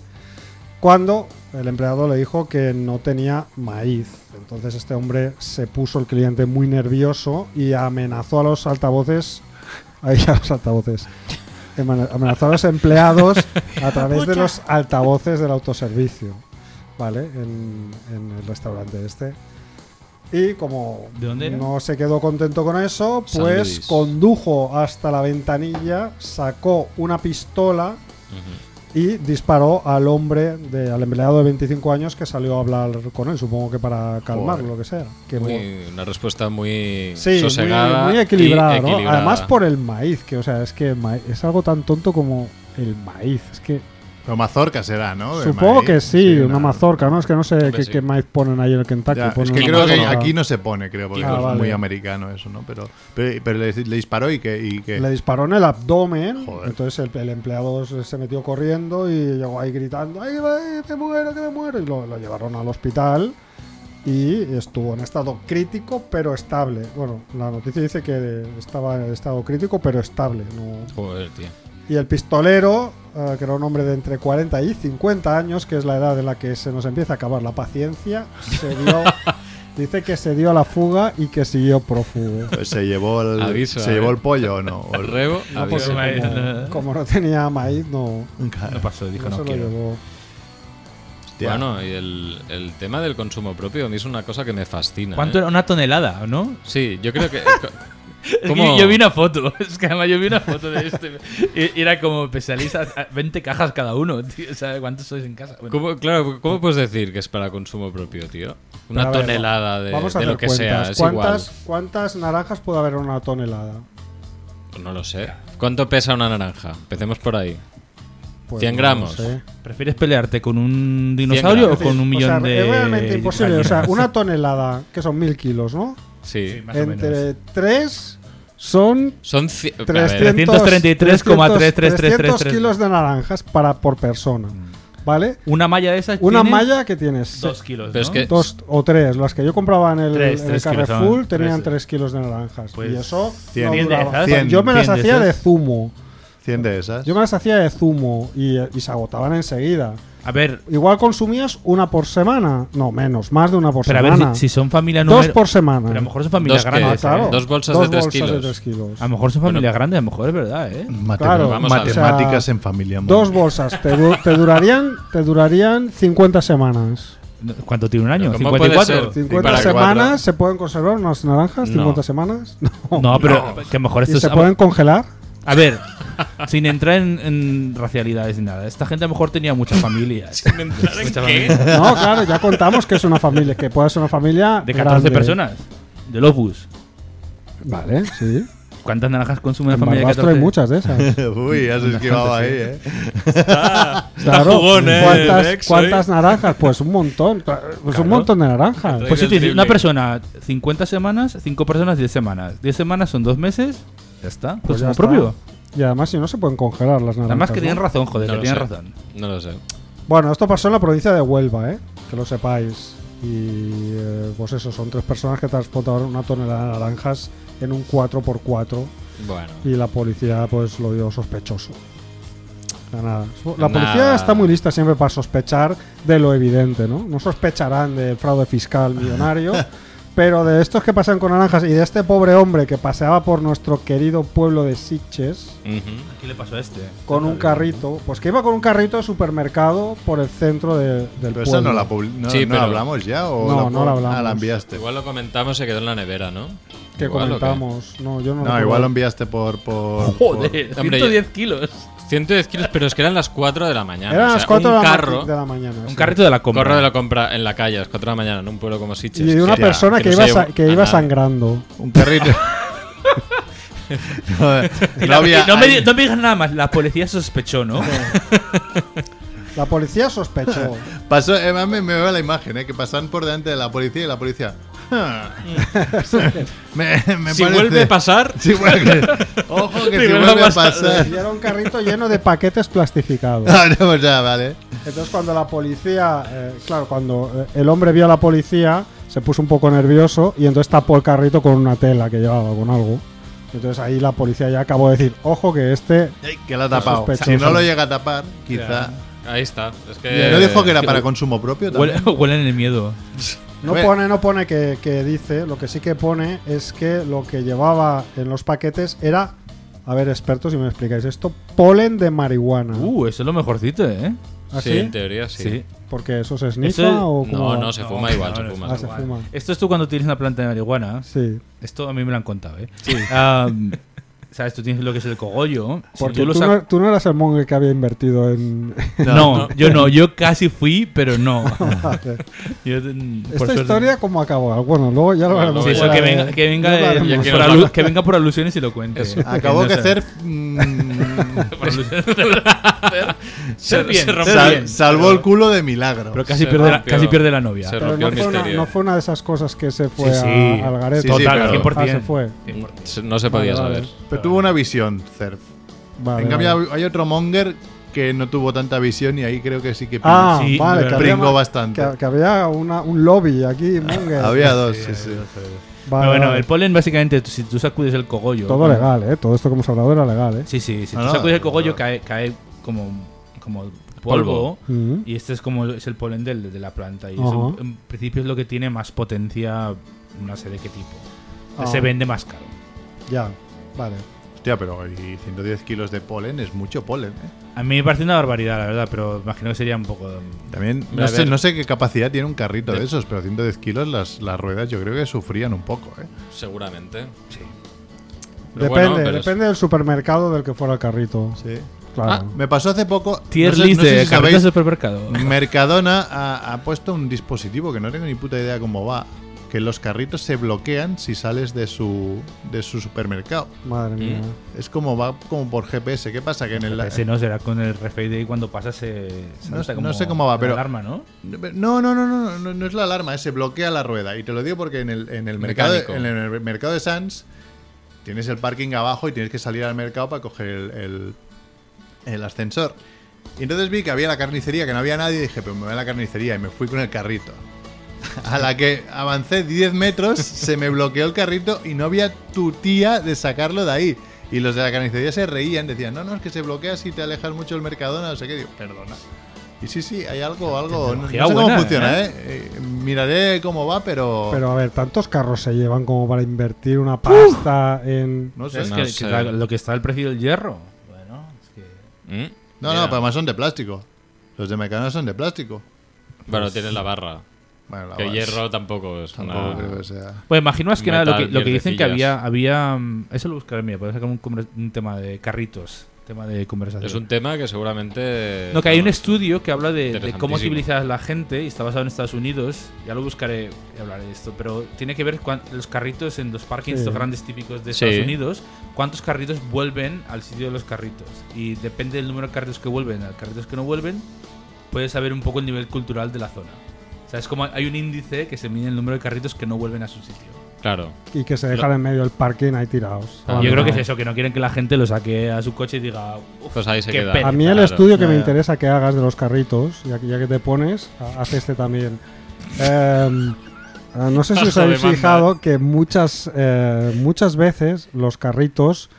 cuando el empleado le dijo que no tenía maíz. Entonces este hombre se puso el cliente muy nervioso y amenazó a los altavoces, ahí a los altavoces, Emana- amenazó a los empleados a través de los altavoces del autoservicio, ¿vale? En, en el restaurante este. Y como ¿De dónde era? no se quedó contento con eso, San pues Luis. condujo hasta la ventanilla, sacó una pistola Ujú. y disparó al hombre, de, al empleado de 25 años que salió a hablar con él, supongo que para calmarlo, lo que sea. Que bueno. Muy- una respuesta muy Sí, muy, sosegada. muy y equilibrada, ¿no? equilibrada. Además por el maíz, que o sea, es que el maíz- es algo tan tonto como el maíz. Es que Pero mazorca será, ¿no? De supongo Oh, maíz. que sí, una no. mazorca, ¿no? Es que no sé qué, sí. qué maíz ponen ahí en el Kentucky. Ya, es ponen que una creo que mazorca. aquí no se pone, creo, porque Ah, es vale. muy americano eso, ¿no? Pero, pero, pero le, le disparó y que... Y que Le disparó en el abdomen, Joder. entonces el, el empleado se se metió corriendo y llegó ahí gritando, ¡ay, ay, me muero, que me muero! Y lo, lo llevaron al hospital y estuvo en estado crítico pero estable. Bueno, la noticia dice que estaba en estado crítico pero estable. No. Joder, tío. Y el pistolero eh, que era un hombre de entre 40 y 50 años, que es la edad en la que se nos empieza a acabar la paciencia, se dio, dice que se dio a la fuga y que siguió prófugo. pues, ¿Se llevó el, Aviso, ¿se a llevó ver. el pollo o no? O el- Rebo, No, porque aviso. maíz, como, Eh, no. como no tenía maíz, no, No pasó, dijo no no, se eh. lo quiero. llevó. Hostia. Bueno, y el, el tema del consumo propio a mí es una cosa que me fascina. ¿Cuánto ¿eh? era? Una tonelada, ¿no? Sí, yo creo que. Es que ¿Cómo? yo vi una foto, es que además yo vi una foto de esto y y era como pesalista 20 cajas cada uno, tío, o sea, ¿cuántos sois en casa? Bueno, ¿Cómo, claro, ¿cómo puedes decir que es para consumo propio, tío? Una Pero a ver, tonelada de, Vamos a de hacer lo que cuentas. sea, es igual. ¿Cuántas, ¿Cuántas naranjas puede haber en una tonelada? Pues No lo sé. ¿Cuánto pesa una naranja? Empecemos por ahí. Pues 100 no gramos. sé. ¿Prefieres pelearte con un dinosaurio o gramos. con un O sea, millón de Es realmente imposible. O sea, gallinas? una tonelada, que son mil kilos, ¿no? Sí. Sí, más o menos. Entre tres son Son ci- a ver, 333,33333. 300 kilos de naranjas para por persona. ¿Vale? Una malla de esas Una tiene malla que tienes. dos kilos, Pero es ¿no? que- Dos o tres, las que yo compraba en el, Tres, en el tres kilos, Carrefour ah, tenían tres. 3 kilos de naranjas. Pues, y eso cien. no Cien de duraba. esas. ¿eh? Cien, Yo me las cien de hacía de esas. zumo. 100 de esas. Yo me las hacía de zumo y, y se agotaban enseguida. A ver, Igual consumías una por semana. No, menos, más de una por pero a ver semana. si, si son familia Dos número por semana. Pero a lo mejor son familias Dos que- grandes. Ah, ¿eh? claro. dos bolsas de tres kilos. tres kilos. A lo mejor son familias grandes, a lo mejor es verdad, ¿eh? Matem- Claro, vamos a ver. matemáticas O sea, en familia. Dos bolsas. Te, du- te durarían, te durarían 50 semanas. ¿Cuánto tiene un año? ¿Pero cómo puede ¿54? ser? 50 para semanas cuatro. se pueden conservar unas naranjas, No. 50 semanas. No. No, pero que a lo mejor ¿Y esto se es- pueden congelar? A ver, sin entrar en, en racialidades ni nada. Esta gente a lo mejor tenía muchas familias. Muchas familias. No, claro, ya contamos que es una familia, que puede ser una familia De 14 grande. personas. De Lopus. Vale, sí. ¿Cuántas naranjas consume una En familia de Barbastro 14? hay muchas de esas. Uy, has esquivado ahí, ¿eh? Claro. jugón, eh, ¿Cuántas, Rex, cuántas naranjas? Pues un montón. Pues un montón de naranjas. Pues si Del tienes una dribbling. persona 50 semanas, 5 personas 10 semanas. 10 semanas son 2 meses, ya está. Pues ya Consumo está. propio. Y además, si no se pueden congelar las naranjas. Además que tienen ¿no? razón, joder, No que lo tienen sé. razón. No lo sé. Bueno, esto pasó en la provincia de Huelva, ¿eh? que lo sepáis. Y eh, pues eso, son tres personas que transportaban una tonelada de naranjas en un 4x4 Bueno. y la policía pues lo dio sospechoso. O sea, nada. La Nada. policía está muy lista siempre para sospechar de lo evidente, ¿no? No sospecharán de fraude fiscal millonario, pero de estos que pasan con naranjas y de este pobre hombre que paseaba por nuestro querido pueblo de Sitges, Ujú. ¿Qué le pasó a este? con un carrito, pues que iba con un carrito de supermercado por el centro de- Pero del pueblo. esa no la publi- no, Sí, no la pero- hablamos ya o No, no la pub- Ah, la hablamos. enviaste. Igual lo comentamos, se quedó en la nevera, ¿no? que Igual, ¿o qué? comentamos. No, yo no. No, recuerdo. igual lo enviaste por por Joder, Hombre, 110 kilos. 110 kilos, pero es que eran las 4 de la mañana. Eran o sea, las 4 de, un la ma- carro, de la mañana. Un sí. carrito de la compra. Corro de la compra en la calle a las 4 de la mañana en un pueblo como Sitges. Y de una que- persona que que, no iba, se sa- llevó que a iba nadie. sangrando. por- un carrito. no, Y no la- había y no, me, ahí- di- no me digas nada más, la policía sospechó, ¿no? La policía sospechó. pasó, eh, me, me veo la imagen, eh, que pasan por delante de la policía y la policía. "Ah". me, me si parece- vuelve a pasar, Sí, bueno, que- ojo que si vuelve a vuelve a pasar. pasar. y era un carrito lleno de paquetes plastificados. Ah, no, o sea, vale. Entonces cuando la policía, eh, claro, cuando eh, el hombre vio a la policía, se puso un poco nervioso y entonces tapó el carrito con una tela que llevaba, con algo. Entonces ahí la policía ya acabó de decir, ojo que este... Ey, Que la ha tapado. sospechoso. Si no lo llega a tapar, quizá. ahí está. Es que, ¿Ah, ¿No dijo que era es para consumo propio también? Huele- Huelen el miedo. No Bueno. pone, no pone que, que dice, lo que sí que pone es que lo que llevaba en los paquetes era, a ver expertos si me explicáis esto, polen de marihuana. Uh, eso es lo mejorcito, ¿eh? ¿Así? Sí, en teoría sí. Porque eso se snifa Eso es- o cómo No, va? no, se fuma igual, se no, fuma. no, Ah, se igual. fuma. Esto es tú cuando tienes una planta de marihuana. Sí. Esto a mí me lo han contado, ¿eh? Am, ¿Sabes? Tú tienes lo que es el cogollo. tú Porque tú, lo no, sacas- tú no eras el monje que había invertido en... No, yo no. Yo casi fui, pero no. Vale. Yo, mm, por Esta suerte- historia, ¿cómo acabó? Ah, Bueno, luego ya lo Bueno, veremos. Sí, eso, Fuera que de- venga, que venga, ya lo eh, haremos. que por nos alu- va- que venga por alusiones y lo cuente. Acabó no que sé. hacer. mm, Por alusiones. Ser bien, se ser rompió. sal- bien. salvó el culo de milagro. Pero casi Se pierde, la, rompió. casi pierde la novia. Se Pero rompió no el fue, una, misterio. no fue una de esas cosas que se fue Sí, sí. a- al garete. Sí, sí, Total, pero- 100%. Ah, se fue. Se- No se podía Vale, vale. saber. Pero tuvo una visión, Cerf. Vale, en vale. cambio, hay otro monger que no tuvo tanta visión y ahí creo que sí que Ah, Sí, vale, me que había, pringó ma- bastante. que, que había una- un lobby aquí, Munger. Había dos, sí, sí. Vale, Pero bueno, vale. el polen básicamente, tú- si tú sacudes el cogollo. Todo legal, ¿eh? Todo esto que hemos hablado era legal, ¿eh? Sí, sí, si No, tú no, sacudes el cogollo no. cae, cae como, como polvo. Polvo. Ujú. Y este es como es el polen del- de la planta. Y es Ajá. un- en principio es lo que tiene más potencia, no sé de qué tipo. Ah. Se vende más caro. Ya, vale. Hostia, pero y 110 kilos de polen es mucho polen, ¿eh? A mí me parece una barbaridad, la verdad, pero imagino que sería un poco... um, También, A no sé, ver. no sé qué capacidad tiene un carrito de De- esos, pero 110 kilos las, las ruedas yo creo que sufrían un poco, ¿eh? Seguramente. Sí. Pero depende, bueno, pero es- depende del supermercado del que fuera el carrito. Sí. Claro. Ah, Me pasó hace poco. Tier no sé- list no sé de si carritos sabéis, de supermercado. Mercadona ha, ha puesto un dispositivo que no tengo ni puta idea cómo va. Que los carritos se bloquean si sales de su, de su supermercado. Madre mía. Es como va como por GPS. ¿Qué pasa? Que en el, Ese no será con el RFID y cuando pasa se No salta sé- como no sé cómo va, la pero- alarma, ¿no? No, no, no, no, no, no es la alarma, eh, se bloquea la rueda. Y te lo digo porque en el, en el mercado, en Mecánico. el mercado de Sans tienes el parking abajo y tienes que salir al mercado para coger el, el- el ascensor. Y entonces vi que había la carnicería, que no había nadie, y dije, pues me voy a la carnicería y me fui con el carrito. A la que avancé 10 metros, se me bloqueó el carrito y no había tu tía de sacarlo de ahí. Y los de la carnicería se reían, decían, no, no, es que se bloquea si te alejas mucho el Mercadona, no sé qué. Digo, perdona. Y sí, sí, hay algo, algo. No, no sé Tecnología cómo buena, funciona, ¿eh? Eh, Miraré cómo va, pero. Pero a ver, tantos carros se llevan como para invertir una pasta en. no sé. Pues Es No que, sé. que la- lo que está el precio del hierro. Bueno, es que... ¿Mm? No, Mira. no, pero más son de plástico. Los de Mercadona son de plástico. Bueno, tiene la barra. Bueno, la que verdad, hierro tampoco es Tampoco una- creo que sea. Pues imagino más que nada lo que, Metal, lo que dicen que había, mierdecillas. había... mm, Eso lo buscaré, mira, puede sacar un, conver- un tema de carritos, tema de conversación. Es un tema que seguramente... No, que hay un estudio que habla de, de cómo Interesantísimo. civilizas a la gente y está basado en Estados Unidos. Ya lo buscaré y hablaré de esto. Pero tiene que ver cuán- los carritos en los parkings Sí. estos grandes típicos de Sí. Estados Unidos. ¿Cuántos carritos vuelven al sitio de los carritos? Y depende del número de carritos que vuelven a carritos que no vuelven, puedes saber un poco el nivel cultural de la zona. O sea, es como hay un índice que se mide el número de carritos que no vuelven a su sitio. Claro. Y que se dejan en medio del parking ahí tirados. Ah, Yo creo que es no. eso, que no quieren que la gente lo saque a su coche y diga... "Uf, Pues ahí se qué queda. pena". A mí el Claro. estudio que me Ya, ya. interesa que hagas de los carritos, ya que, ya que te pones, ha- haz este también. Em, eh, no sé si os Paso de habéis banda. fijado que muchas, eh, muchas veces los carritos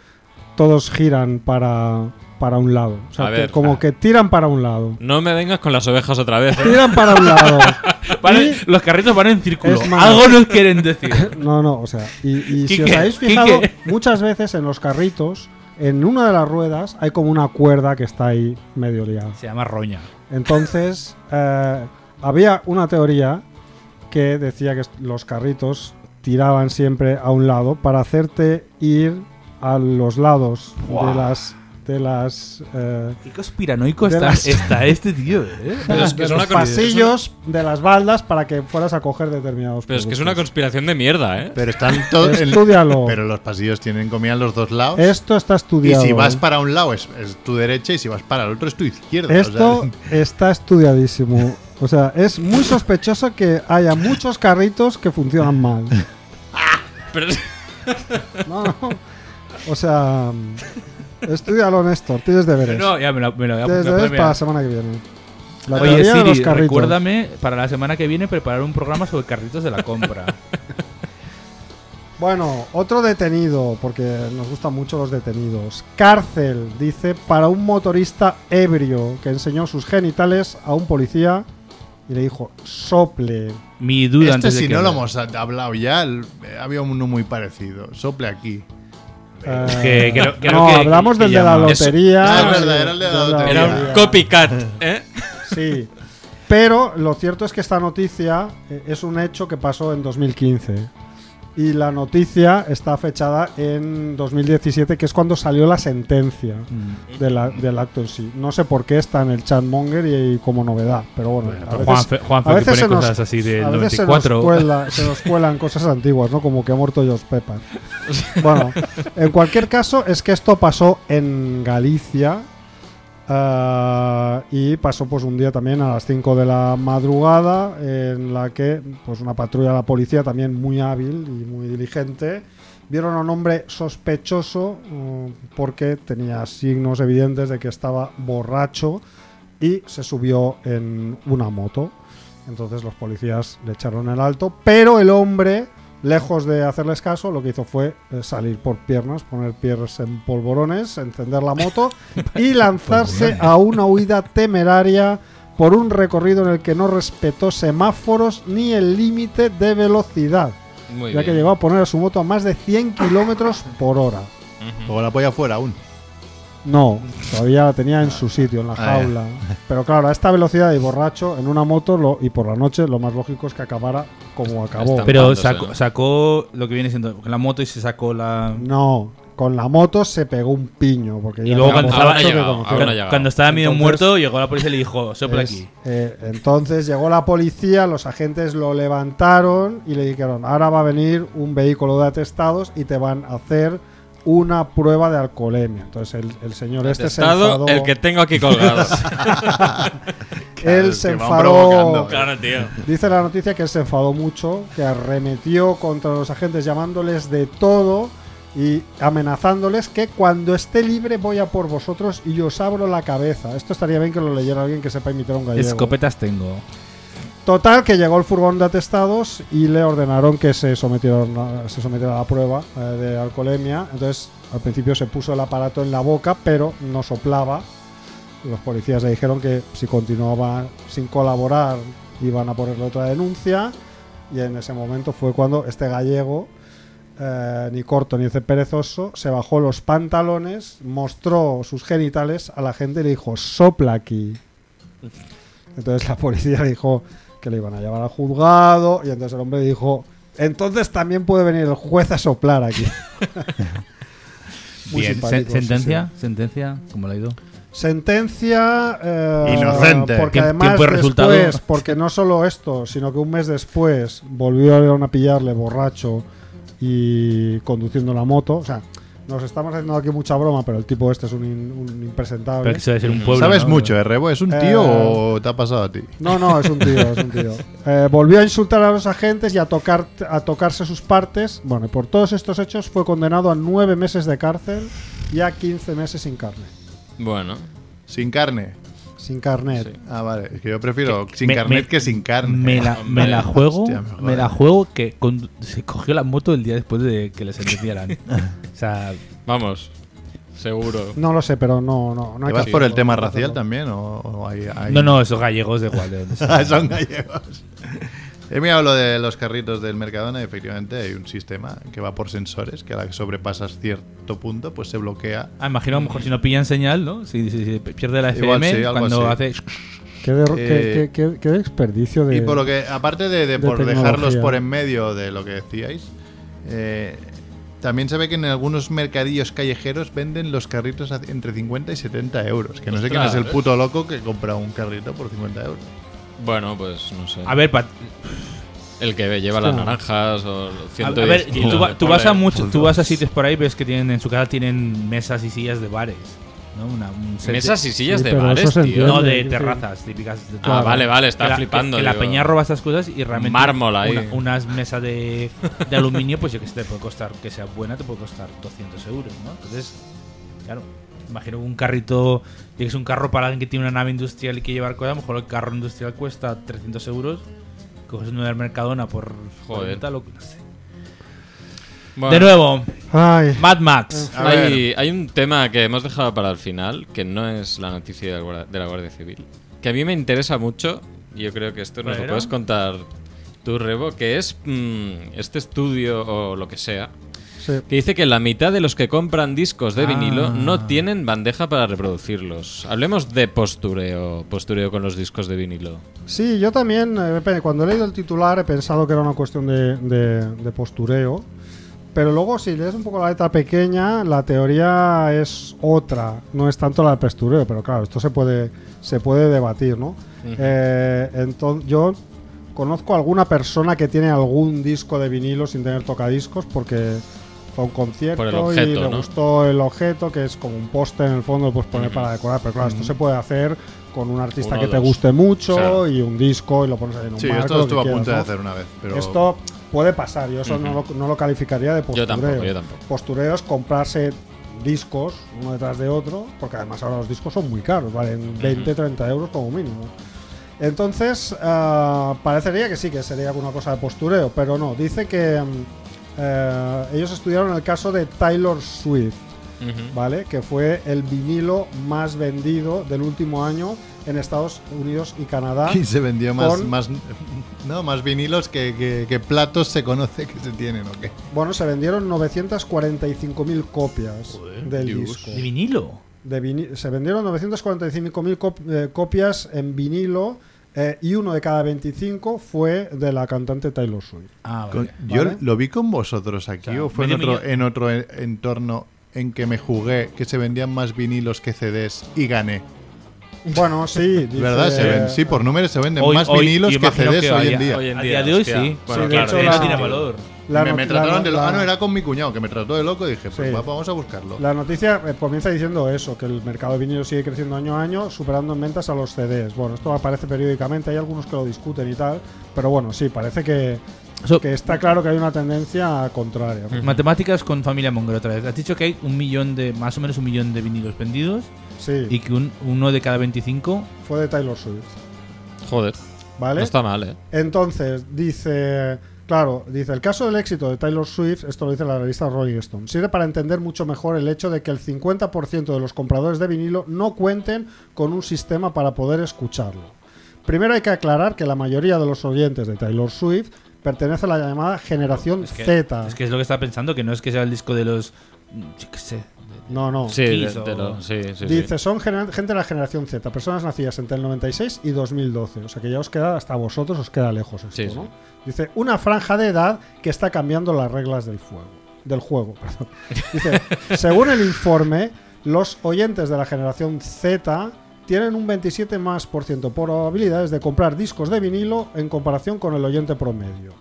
todos giran para, para un lado. O sea, A que ver, como ah. que tiran para un lado. No me vengas con las ovejas otra vez. ¿eh? Tiran para un lado. Vale, los carritos van en círculo. Es más- Algo nos quieren decir. No, no, o sea, y, y si Quique, os habéis fijado, Quique. muchas veces en los carritos, en una de las ruedas hay como una cuerda que está ahí medio liada. Se llama roña. Entonces, eh, había una teoría que decía que est- los carritos tiraban siempre a un lado para hacerte ir a los lados de Buah. las... De las eh, Qué conspiranoico De está, las- está este tío, ¿eh? Pero es que de es los una con- pasillos de las baldas para que fueras a coger determinados Pero es que es una productos. conspiración de mierda, ¿eh? Pero están todos. el- Estúdialo. Pero los pasillos tienen comida en los dos lados. Esto está y estudiado. si vas ¿eh? para un lado es, es tu derecha y si vas para el otro es tu izquierda. o Esto sea, este está estudiadísimo. O sea, es muy sospechoso que haya muchos carritos que funcionan mal. Pero- No, no. O sea, estudialo, Néstor. Tienes deberes. No, ya me lo, me lo voy a- me Tienes lo voy a deberes para la mirar. semana que viene. La Oye, teoría de los Siri, carritos. recuérdame para la semana que viene preparar un programa sobre carritos de la compra. Bueno, otro detenido, porque nos gustan mucho los detenidos. Cárcel, dice, para un motorista ebrio que enseñó sus genitales a un policía y le dijo, sople. Mi duda este antes de si que no lo hemos hablado ya, el- eh, había uno muy parecido. Sople aquí. Que- Eh, que lo- que no, lo que- hablamos que del de la llama. lotería. Eso- Ah, es verdad, era el de la lotería. Era un copycat, ¿eh? Sí. Pero lo cierto es que esta noticia eh, es un hecho que pasó en 2015. Y la noticia está fechada en 2017, que es cuando salió la sentencia Mm. de la- del acto en sí. No sé por qué está en el chat Monger y, y como novedad, pero bueno. Bueno, a pero veces- Juanfe- Juanfe a que veces pone se nos- cosas así del a veces se nos 94. cuela- se nos cuelan cosas antiguas, ¿no? Como que ha muerto George Pepper. Bueno, en cualquier caso, es que esto pasó en Galicia. ah, y pasó pues un día también a las 5 de la madrugada en la que pues una patrulla de la policía también muy hábil y muy diligente vieron a un hombre sospechoso mm, porque tenía signos evidentes de que estaba borracho y se subió en una moto entonces los policías le echaron el alto, pero el hombre Lejos de hacerles caso, lo que hizo fue eh, salir por piernas, poner pies en polvorones, encender la moto y lanzarse a una huida temeraria por un recorrido en el que no respetó semáforos ni el límite de velocidad, Muy ya que bien. llegó a poner a su moto a más de 100 kilómetros por hora. O la polla fuera aún. No, todavía la tenía en su sitio, en la Ah, ya. jaula. Pero claro, a esta velocidad y borracho, en una moto lo- y por la noche, lo más lógico es que acabara como acabó. está- Pero Estampándose, sacó, ¿no? sacó lo que viene siendo la moto y se sacó la. No, con la moto se pegó un piño. Porque Y ya luego era cuando Ahora estaba, ha borracho que llegado, conocía. ahora ha llegado. cuando estaba medio Entonces- muerto, llegó la policía y le dijo, sopla Es, aquí. eh, entonces llegó la policía, los agentes lo levantaron y le dijeron, ahora va a venir un vehículo de atestados y te van a hacer una prueba de alcoholemia. Entonces el, el señor este se enfadó. Estado el que tengo aquí colgado. él que se van enfadó. provocando. claro, tío. Dice la noticia que él se enfadó mucho, que arremetió contra los agentes llamándoles de todo y amenazándoles que cuando esté libre voy a por vosotros y os abro la cabeza. Esto estaría bien que lo leyera alguien que sepa imitar a un gallego. ¿eh? Escopetas tengo. Total, que llegó el furgón de atestados y le ordenaron que se, sometieron a- se sometiera a la prueba eh, de alcoholemia. Entonces, al principio se puso el aparato en la boca, pero no soplaba. Los policías le dijeron que si continuaba sin colaborar iban a ponerle otra denuncia. Y en ese momento fue cuando este gallego, eh, ni corto ni perezoso, se bajó los pantalones, mostró sus genitales a la gente y le dijo, sopla aquí. Entonces la policía le dijo que le iban a llevar al juzgado y entonces el hombre dijo, entonces también puede venir el juez a soplar aquí. Muy Bien, simpático, sen- sí, sentencia, sentencia, ¿cómo le ha ido? Sentencia eh, Inocente. Porque Tiemp- además tiempo y resultado. después, porque no solo esto, sino que un mes después volvieron a pillarle borracho y conduciendo la moto. O sea, nos estamos haciendo aquí mucha broma, pero el tipo este es un, in- un impresentable. Pero que eso debe ser un pueblo. ¿Sabes ¿no? mucho, eh, Rebo? ¿Es un Eh, tío o te ha pasado a ti? No, no, es un tío, es un tío. Eh, volvió a insultar a los agentes y a, tocar, a tocarse sus partes. Bueno, y por todos estos hechos fue condenado a nueve meses de cárcel y a 15 meses sin carne. Bueno, Sin carne. Sin carnet. Ah, vale. Es que yo prefiero sin me- carnet me- que sin carne. Me la, me la Hombre, juego, hostia, me me la joder. juego que con- se cogió la moto el día después de que le sentenciaran. o sea, vamos. Seguro. No lo sé, pero no, no, no ¿Te hay vas que- por el tema no, no, racial no. también? O, o hay- hay- no, no, esos gallegos de igual de dónde sean. Ah, Son gallegos. He mirado lo de los carritos del Mercadona y efectivamente hay un sistema que va por sensores que a la que sobrepasas cierto punto pues se bloquea. Ah, imagino a lo mejor si no pillan señal, ¿no? Si, si- si pierde la Igual FM, sí, algo cuando así. hace. Qué, derro- Eh, qué- qué- qué- qué desperdicio de. Y por lo que, aparte de, de de por dejarlos tecnología. por en medio de lo que decíais, eh, también se ve que en algunos mercadillos callejeros venden los carritos a- entre 50 y 70 euros. Que no sé quién es Ostras, el ¿eh? puto loco que compra un carrito por 50 euros. Bueno, pues no sé. A ver, pa- El que lleva Hostia. las naranjas o los a, a 110 ver, kilos tú, va- de tú vas a polen. muchos, tú vas a sitios por ahí, ves que tienen en su casa tienen mesas y sillas de bares, ¿no? Una, un set de- Mesas y sillas Sí, de pero bares, eso se tío. no entiende. de sí. terrazas típicas. de- Ah, vale, vale, está que la- flipando. que la digo. peña roba esas cosas y realmente. Mármol ahí. una- unas mesas de, de aluminio, pues yo que sé, te puede costar, que sea buena, te puede costar 200 euros, ¿no? Entonces, claro, imagino un carrito, ya que es un carro para alguien que tiene una nave industrial y que llevar cosas, a lo mejor el carro industrial cuesta 300 euros, coges uno del Mercadona por. Joder. 40, lo que- no sé. Bueno, De nuevo, Ay, Mad Max. A Hay, hay un tema que hemos dejado para el final, que no es la noticia del guarda- de la Guardia Civil, que a mí me interesa mucho, y yo creo que esto nos ¿Cuál lo era? puedes contar tú, Rebo, que es mm, este estudio o lo que sea, sí. que dice que la mitad de los que compran discos de Ah. vinilo no tienen bandeja para reproducirlos. Hablemos de postureo, postureo con los discos de vinilo. Sí, yo también, eh, pe- cuando he leído el titular he pensado que era una cuestión de, de- de postureo, pero luego si lees un poco la letra pequeña, la teoría es otra, no es tanto la de postureo, pero claro, esto se puede, se puede debatir, ¿no? entonces, yo conozco alguna persona que tiene algún disco de vinilo sin tener tocadiscos porque fue a un concierto Por el objeto, y le ¿no? gustó el objeto, que es como un poste en el fondo, pues poner para decorar, pero claro, esto se puede hacer con un artista Uno o que te dos. guste mucho Claro. y un disco y lo pones ahí en un Sí, marco, esto lo lo que estuve a quieras, punto de ¿no? hacer una vez. Pero Esto puede pasar, yo eso no, lo, no lo calificaría de postureo. Yo tampoco, yo tampoco. Postureo es comprarse discos uno detrás de otro, porque además ahora los discos son muy caros, valen 20, 30 euros como mínimo. Entonces, ah, parecería que sí, que sería alguna cosa de postureo, pero no. Dice que mm, eh, ellos estudiaron el caso de Taylor Swift. Ujú. ¿vale? Que fue el vinilo más vendido del último año en Estados Unidos y Canadá. Y se vendió más, Ah, Con- más, no, más vinilos que, que- que platos se conoce que se tienen, ¿o qué? Bueno, se vendieron 945.000 copias del Dios. disco. ¿De vinilo? De vini- se vendieron 945.000 cop- eh, copias en vinilo eh, y uno de cada 25 fue de la cantante Taylor Swift. Ah, Con- vale. yo Vale. lo vi con vosotros aquí, O sea, o fue en medio otro, en otro en- entorno en que me jugué que se vendían más vinilos que CDs y gané. Bueno, sí. dice- ¿Verdad? Se ven, sí, por números se venden Hoy- más hoy, vinilos yo que imagino CDs que hoy haya- en día. hoy en día de hoy, hostia. sí. Bueno, Sí, de claro, hecho, tiene la- no no tiene sentido. valor. La me, no- me la trataron no- de la- loco. Ah, no, era con mi cuñado que me trató de loco. Dije, pues Sí. va- vamos a buscarlo. La noticia eh, comienza diciendo eso, que el mercado de vinilo sigue creciendo año a año, superando en ventas a los CDs. Bueno, esto aparece periódicamente, hay algunos que lo discuten y tal, pero bueno, sí, parece que, Eso- que está claro que hay una tendencia contraria. Matemáticas con familia Monger otra vez. Has dicho que hay un millón de, más o menos un millón de vinilos vendidos Sí, y que un- uno de cada 25. fue de Taylor Swift, Joder, ¿vale? no está mal, ¿eh? Entonces, dice, claro, dice, el caso del éxito de Taylor Swift, esto lo dice la revista Rolling Stone, sirve para entender mucho mejor el hecho de que el 50% de los compradores de vinilo no cuenten con un sistema para poder escucharlo. Primero hay que aclarar que la mayoría de los oyentes de Taylor Swift pertenece a la llamada generación Es que, Z. Ah. es que es lo que estaba pensando, que no es que sea el disco de los. mm, Yo qué sé. no, no. Sí, de, Kiss o- de lo- sí, sí, sí. Dice, son genera- gente de la generación Z, personas nacidas entre el 96 y 2012. O sea que ya os queda, hasta vosotros os queda lejos esto, Sí, sí. ¿no? Dice, una franja de edad que está cambiando las reglas del fuego. Del juego, perdón. Dice, según el informe, los oyentes de la generación Z tienen un 27 más por ciento probabilidades de comprar discos de vinilo en comparación con el oyente promedio.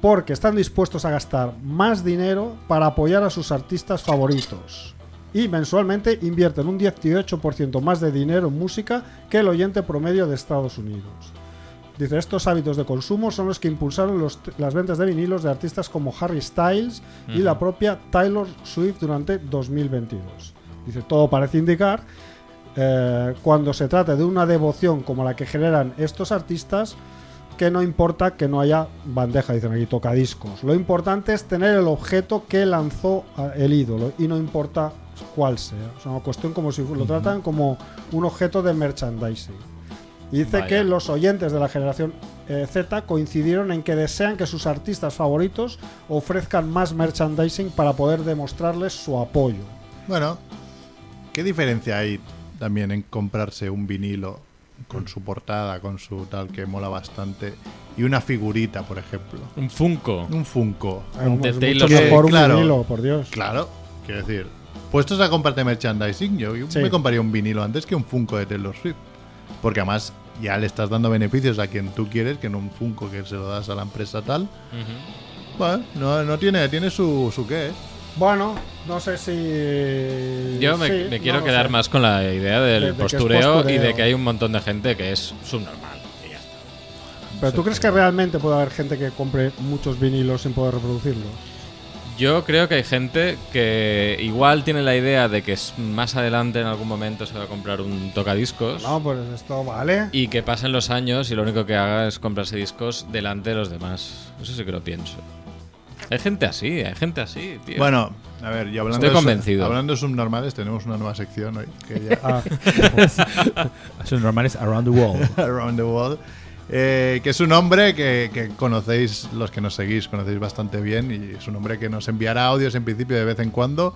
Porque están dispuestos a gastar más dinero para apoyar a sus artistas favoritos. Y mensualmente invierten un 18% más de dinero en música que el oyente promedio de Estados Unidos. Dice, estos hábitos de consumo son los que impulsaron los- las ventas de vinilos de artistas como Harry Styles y la propia Taylor Swift durante 2022. Dice, todo parece indicar, eh, cuando se trata de una devoción como la que generan estos artistas, que no importa que no haya bandeja, dicen aquí, tocadiscos. Lo importante es tener el objeto que lanzó a- el ídolo y no importa cuál sea. Es una cuestión como si fu- lo tratan como un objeto de merchandising. Y dice Vaya. que los oyentes de la generación eh, Z coincidieron en que desean que sus artistas favoritos ofrezcan más merchandising para poder demostrarles su apoyo. Bueno, ¿qué diferencia hay también en comprarse un vinilo con su portada, con su tal que mola bastante, y una figurita, por ejemplo? Un Funko. Un Funko. Vamos, De es Taylor mucho Swift. mejor un Claro. vinilo, por Dios. Claro, quiero decir, puestos a comprarte merchandising, yo, yo Sí. me compraría un vinilo antes que un Funko de Taylor Swift. Porque además ya le estás dando beneficios a quien tú quieres, que en un Funko que se lo das a la empresa tal. Bueno, no, no tiene, tiene su, su qué, ¿eh? Bueno, no sé si. Yo me, sí, me no quiero lo quedar sé. más con la idea del De- de que es postureo, y de postureo. que hay un montón de gente que es subnormal. y ya está. Pero tú crees que realmente puede haber gente que compre muchos vinilos sin poder reproducirlos. Yo creo que hay gente que igual tiene la idea de que s- más adelante en algún momento se va a comprar un tocadiscos. No, pues esto vale. Y que pasen los años y lo único que haga es comprarse discos delante de los demás. Eso sí que lo pienso. Hay gente así, hay gente así, tío. Bueno, a ver, y hablando, Estoy de, convencido. hablando de subnormales, tenemos una nueva sección hoy, que ya- Ah, Son normales around the world. Around the World, eh, que es un hombre que, que conocéis, los que nos seguís, conocéis bastante bien, y es un hombre que nos enviará audios en principio de vez en cuando,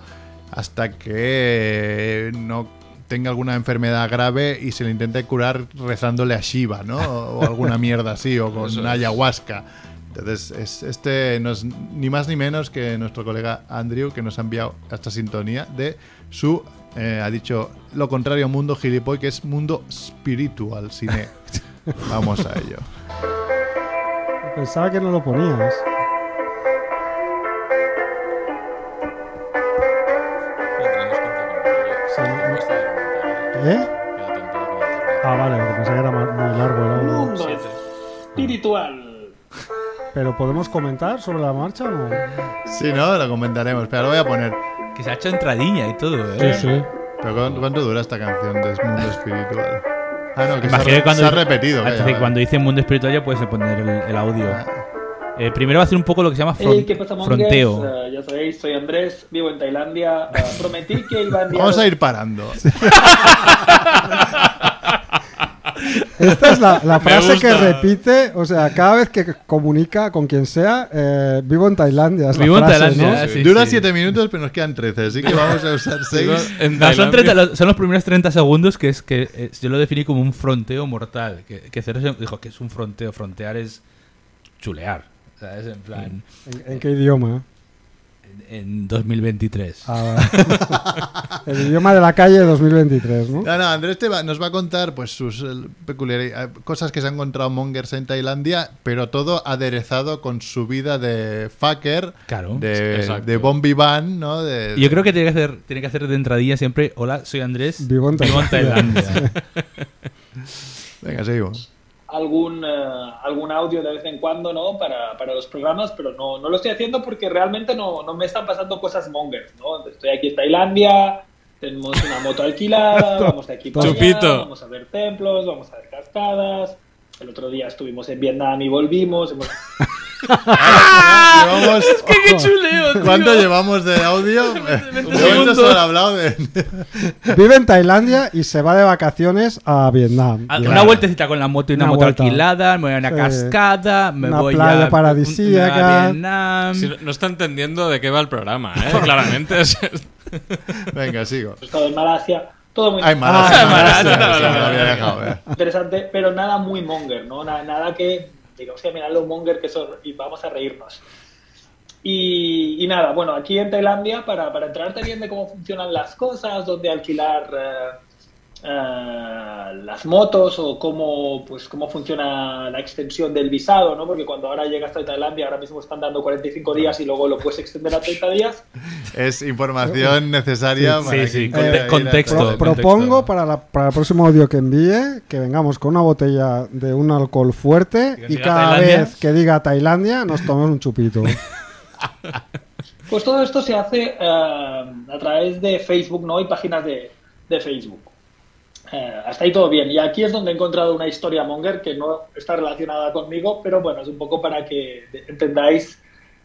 hasta que no tenga alguna enfermedad grave y se le intente curar rezándole a Shiva, ¿no? O alguna mierda así, o con Eso es. ayahuasca. Entonces, es, este no es ni más ni menos que nuestro colega Andrew, que nos ha enviado a esta sintonía de su, eh, ha dicho, lo contrario a mundo gilipoy, que es mundo spiritual, cine. Vamos a ello. pensaba que no lo ponías. Sí, no- ¿Eh? Ah, vale, lo que pensaba que era ma- muy largo. era un- Mundo espiritual. Pero podemos comentar sobre la marcha o no? Sí, ¿no? Lo comentaremos, pero lo voy a poner. que se ha hecho entradilla y todo, ¿eh? sí. ¿Pero cuán- cuánto dura esta canción de Mundo Espiritual? Ah, no, que se ha, Imagino que cuando se ha repetido. eh. antes de vaya, que vale. cuando dicen mundo espiritual ya puedes poner el, el audio. Ah. Eh, primero va a hacer un poco lo que se llama fron- Hey, ¿qué pasa, Mongers? fronteo. Eh, ya sabéis, soy Andrés, vivo en Tailandia. Eh, prometí que iba a enviar... Vamos a ir parando. Esta es la, la Me frase gusta. que repite, o sea, cada vez que comunica con quien sea, eh, vivo en Tailandia. es la Vivo en frase, Tailandia, ¿no? eh. sí, sí. Dura 7 minutos, pero nos quedan 13, así que vamos a usar 6. En No, son, Tailandia. 30 los, son los primeros 30 segundos que es que eh, yo lo definí como un fronteo mortal. Que, que Cerezo dijo que es un fronteo. Frontear es chulear. ¿Sabes? En plan, ¿En, en qué idioma? en, en 2023. Ah, el idioma de la calle 2023, ¿no? No, no, Andrés te va- nos va a contar pues sus eh, peculiaridades, eh, cosas que se han encontrado Mongers en Tailandia, pero todo aderezado con su vida de fucker, Claro. de, Exacto. de Bombi Van, ¿no? De- Y Yo creo que tiene que hacer, tiene que hacer de entradilla siempre. Hola, soy Andrés. Vivo en Tailandia". Tailandia". Venga, seguimos. algún, eh, algún audio de vez en cuando, ¿no? Para, para los programas, pero no, no lo estoy haciendo porque realmente no, no me están pasando cosas mongers, ¿no? Estoy aquí en Tailandia, tenemos una moto alquilada, vamos de aquí para allá, Chupito. vamos a ver templos, vamos a ver cascadas. El otro día estuvimos en Vietnam y volvimos. hemos- Llevamos- ¡Qué chuleo, tío! ¿Cuánto llevamos de audio? veinte De momento segundos. solo he hablado de... Vive en Tailandia y se va de vacaciones a Vietnam. Ah, Y Una vueltecita con la moto y una, Una moto vuelta. alquilada, me voy a una Sí. cascada, me Una voy playa a paradisíaca. a Vietnam. Si no- no está entendiendo de qué va el programa, ¿eh? claramente. O sea, Venga, sigo. Hemos estado en Malasia, todo muy Ay, Malasia. Ah, Malasia, Malasia, Malasia, me lo había Malasia. dejado, eh. interesante, pero nada muy monger, ¿no? Nada, nada que digamos que mirad lo monger que son y vamos a reírnos. Y, y nada, bueno, aquí en Tailandia, para, para enterarte bien de cómo funcionan las cosas, dónde alquilar eh, eh, las motos o cómo, pues, cómo funciona la extensión del visado, ¿no? Porque cuando ahora llegas a Tailandia, ahora mismo están dando 45 días y luego lo puedes extender a 30 días. Es información necesaria Sí, para sí, sí, quien quiera conte- ir a contexto. Pro- Tailandia. Pro- propongo para, la- para el próximo audio que envíe que vengamos con una botella de un alcohol fuerte Que y diga cada Tailandia. vez que diga Tailandia nos tomamos un chupito. Pues todo esto se hace eh, a través de Facebook, ¿no? Y páginas de, de Facebook. Eh, hasta ahí todo bien. Y aquí es donde he encontrado una historia monger que no está relacionada conmigo, pero bueno, es un poco para que entendáis,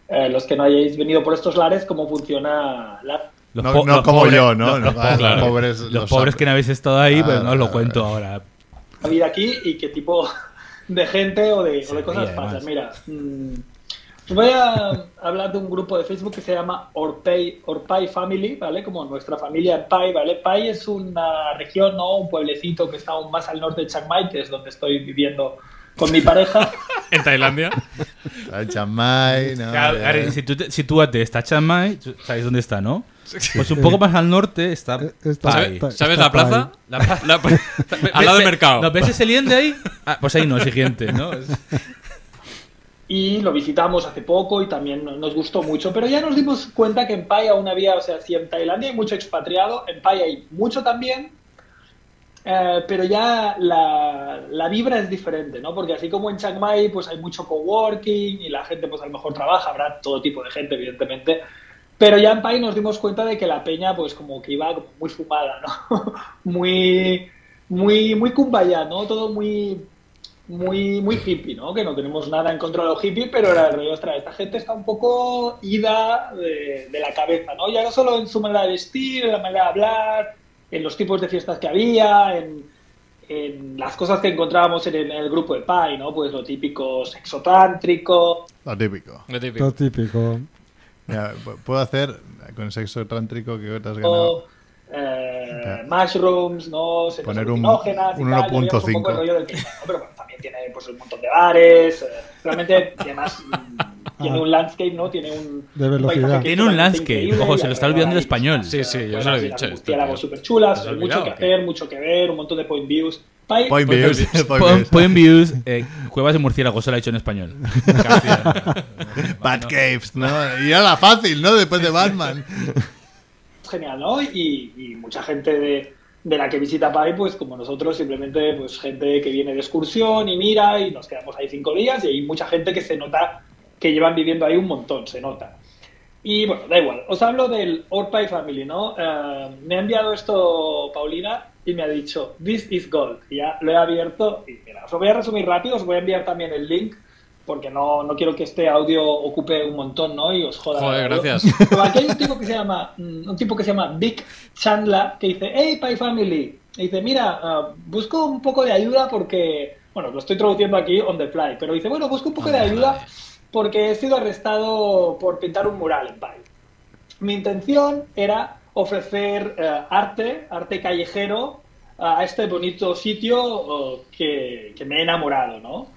eh, los que no hayáis venido por estos lares, cómo funciona la... Los No- po- no los como pobres- yo, ¿no? Los, los No, ah, los pobres, pobres los los pobres sab- que no habéis estado ahí, pero Ah, no os lo ah, cuento ahora. la vida aquí y qué tipo de gente o de, o Sí, de cosas y pasan. además. Mira, mm, os voy a hablar de un grupo de Facebook que se llama Orpei, Orpai Family, ¿vale? Como nuestra familia en Pai, ¿vale? Pai es una región, ¿no? Un pueblecito que está aún más al norte de Chiang Mai, que es donde estoy viviendo con mi pareja. en Tailandia. Al Chiang Mai, no, Eh, Ah, Claro, ya. ahora, si tú te- sitúate, está Chiang Mai, tú sabes dónde está, ¿no? Pues un poco más al norte está Eh, está- Pai. está- ¿Sabes está la plaza? La pla- La pla- al lado ¿Ves- del mercado. ¿No ves ese liende ahí? Ah, pues ahí no, el siguiente, ¿no? y lo visitamos hace poco y también no- nos gustó mucho, pero ya nos dimos cuenta que en Pai aún había, o sea, si en Tailandia hay mucho expatriado, en Pai hay mucho también, eh, pero ya la, la vibra es diferente, ¿no? Porque así como en Chiang Mai, pues hay mucho coworking y la gente pues a lo mejor trabaja, habrá todo tipo de gente, evidentemente, pero ya en Pai nos dimos cuenta de que la peña, pues como que iba como muy fumada, ¿no? muy, muy, muy kumbaya, ¿no? Todo muy, muy, muy hippie, ¿no? Que no tenemos nada en contra de los hippies, pero era el rollo, ostras, esta gente está un poco ida de, de la cabeza, ¿no? Ya no solo en su manera de vestir, en la manera de hablar, en los tipos de fiestas que había, en, en las cosas que encontrábamos en el, en el grupo de Pai, ¿no? Pues lo típico sexotántrico, Lo típico. Lo típico. Lo típico. Mira, pu- puedo hacer con sexo trántrico que te has ganado. eh, Claro. mushrooms, ¿no? Setas Poner un- alucinógenas y un tal, y 1.5. había un poco el rollo del que- no, pero bueno, también tiene pues, un montón de bares, eh, realmente, y además mm, tiene Ah. un landscape, ¿no? Tiene un... De velocidad. paisaje que Tiene un es realmente landscape. increíble Ojo, y se lo está alrededor olvidando el hay español. pistas, Sí, sí, yo buenas, se lo he y dicho las esto, murciélagos tío. súper ¿Te chulas, has mucho olvidado que o qué? hacer, mucho que ver, un montón de point views. Pai- Point views. point Point, views. point views, eh, cuevas de murciélago, se lo ha hecho en español. Bad Caves, ¿no? Y era la fácil, ¿no? Después de Batman. genial, ¿no? Y, y mucha gente de, de la que visita Pai, pues como nosotros, simplemente pues gente que viene de excursión y mira y nos quedamos ahí cinco días y hay mucha gente que se nota que llevan viviendo ahí un montón, se nota. Y bueno, da igual, os hablo del Orpai Family, ¿no? Eh, me ha enviado esto Paulina y me ha dicho, this is gold. Y ya lo he abierto y mira, os lo voy a resumir rápido, os voy a enviar también el link porque no, no quiero que este audio ocupe un montón, ¿no? Y os joda. Joder, Pero- gracias. Pero aquí hay un tipo que se llama, mm, un tipo que se llama Vic Chandla que dice, hey, Pie Family. Y dice, mira, ah, busco un poco de ayuda porque, bueno, lo estoy traduciendo aquí on the fly, pero dice, bueno, busco un poco On de the ayuda fly. porque he sido arrestado por pintar un mural en Pai. Mi intención era ofrecer eh, arte, arte callejero, a este bonito sitio eh, que, que me he enamorado, ¿no?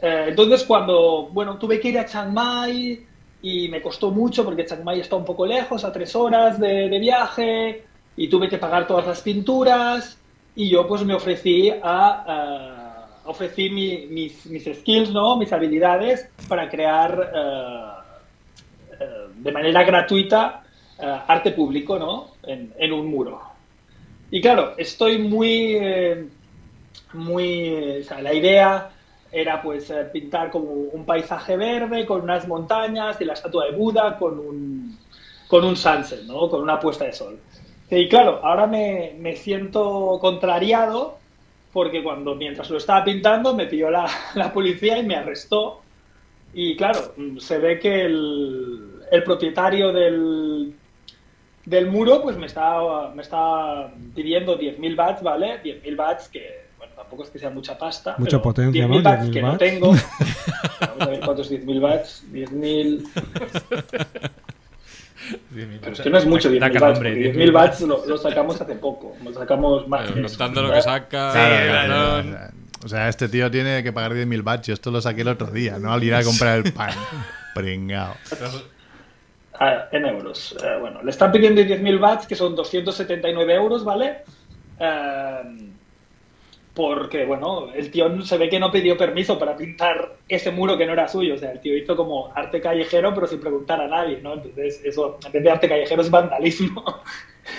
Eh, entonces, cuando, bueno, tuve que ir a Chiang Mai y me costó mucho porque Chiang Mai está un poco lejos, a tres horas de, de viaje, y tuve que pagar todas las pinturas, y yo pues me ofrecí a, a- ofrecí mi- mis, mis skills, ¿no? Mis habilidades para crear eh, eh, de manera gratuita eh, arte público, ¿no? En, en un muro. Y claro, estoy muy... eh, muy eh, o sea, la idea era pues eh, pintar como un paisaje verde con unas montañas y la estatua de Buda con un con un sunset no con una puesta de sol y claro ahora me, me siento contrariado porque cuando mientras lo estaba pintando me pilló la, la policía y me arrestó y claro mm, se ve que el, el propietario del del muro, pues me está, me está pidiendo 10.000 bats, ¿vale? 10.000 bats que, bueno, tampoco es que sea mucha pasta. Mucha pero potencia, 10.000 ¿no? bats 10.000 que no bats. tengo. Vamos a ver cuántos 10.000 bats. 10.000. Pero es que no es mucho 10.000 bats. porque 10.000 bats lo, lo sacamos hace poco. Lo sacamos más. Pero que eso, Eh, Contando lo ¿verdad? que saca. O cabrón. sea, O sea, este tío tiene que pagar 10.000 bats. Yo esto lo saqué el otro día, ¿no? Al ir a comprar el pan. Pringao. Ah, en euros. Eh, bueno, le están pidiendo 10.000 watts, que son 279 euros, ¿vale? Eh, porque, bueno, el tío se ve que no pidió permiso para pintar ese muro que no era suyo. O sea, el tío hizo como arte callejero, pero sin preguntar a nadie, ¿no? Entonces, eso, en vez de arte callejero, es vandalismo.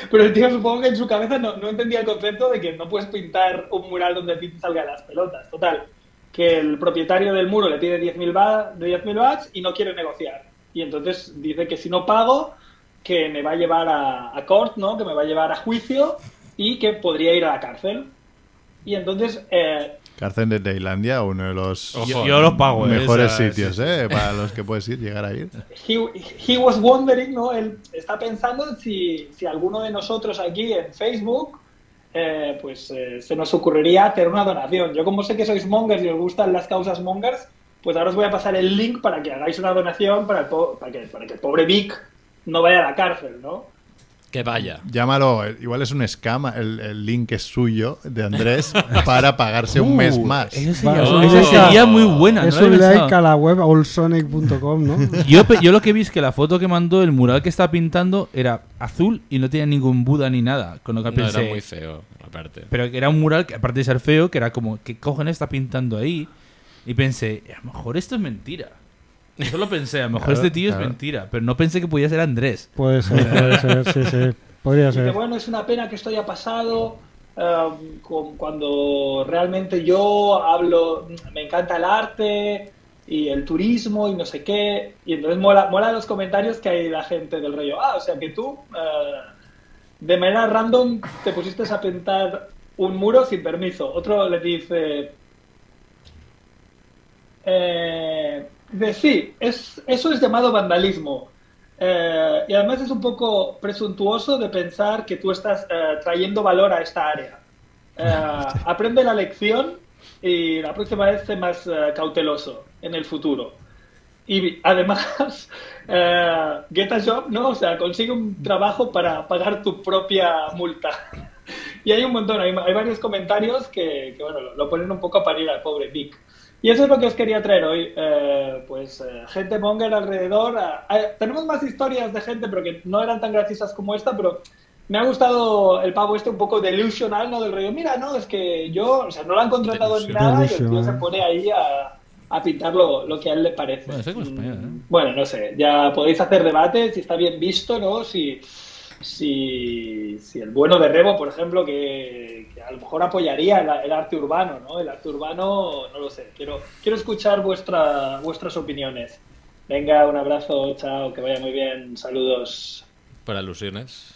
Pero el tío supongo que en su cabeza no, no entendía el concepto de que no puedes pintar un mural donde a ti te salgan las pelotas. Total, que el propietario del muro le pide 10.000 ba- de 10.000 watts y no quiere negociar. Y entonces dice que si no pago, que me va a llevar a, a court, ¿no? Que me va a llevar a juicio y que podría ir a la cárcel. Y entonces eh, Cárcel de Tailandia, uno de los Ojo, Yo, yo los pago, eh, mejores o sea, sitios, sí, sí. ¿eh? Para los que puedes ir, llegar a ir. he, he was wondering, ¿no? Él está pensando si, si alguno de nosotros aquí en Facebook, eh, pues eh, se nos ocurriría hacer una donación. Yo como sé que sois mongers y os gustan las causas mongers, pues ahora os voy a pasar el link para que hagáis una donación para, el po- para, que, para que el pobre Vic no vaya a la cárcel, ¿no? Que vaya. Llámalo, eh, igual es un escama el, el link es suyo de Andrés para pagarse un mes Uh, más. Eso sería, eso Vale, es un sería like. muy buena. es no lo un había like pensado. a la web allsonic.com, ¿no? Yo, pe- yo lo que vi es que la foto que mandó, el mural que está pintando, era azul y no tenía ningún Buda ni nada. Con lo que No pensé. era muy feo, aparte. Pero que era un mural que, aparte de ser feo, que era como, ¿qué cojones está pintando ahí? Y pensé, a lo mejor esto es mentira. Yo lo pensé, a lo mejor Claro, este tío claro. es mentira, pero no pensé que podía ser Andrés. Puede ser, puede ser, sí, sí. Podría Dice, ser. bueno, es una pena que esto haya pasado eh, con- cuando realmente yo hablo, me encanta el arte y el turismo y no sé qué. Y entonces mola, mola los comentarios que hay la gente del rollo. Ah, o sea que tú eh, de manera random te pusiste a pintar un muro sin permiso. Otro le dice... Eh, de sí, es, eso es llamado vandalismo. Eh, y además es un poco presuntuoso de pensar que tú estás eh, trayendo valor a esta área. Eh, aprende la lección y la próxima vez sé más eh, cauteloso en el futuro. Y además, eh, get a job, ¿no? O sea, consigue un trabajo para pagar tu propia multa. Y hay un montón, hay, hay varios comentarios que, que, bueno, lo, lo ponen un poco a parir al pobre Vic. Y eso es lo que os quería traer hoy. eh, pues eh, gente monger alrededor. ah, ah, tenemos más historias de gente, pero que no eran tan graciosas como esta, pero me ha gustado el pavo este un poco delusional, ¿no? Del rollo, mira, no, es que yo, o sea, no lo han contratado ni Delusional. nada y el tío se Delusional. pone ahí a, a pintar lo, lo que a él le parece. Mm, Bueno, soy como español, ¿eh? Bueno, no sé, ya podéis hacer debates si está bien visto, ¿no? Si, si, si el bueno de Rebo, por ejemplo, que, que a lo mejor apoyaría el, el arte urbano, ¿no? El arte urbano, no lo sé. Quiero, quiero escuchar vuestra, vuestras opiniones. Venga, un abrazo, chao, que vaya muy bien, saludos. Por alusiones.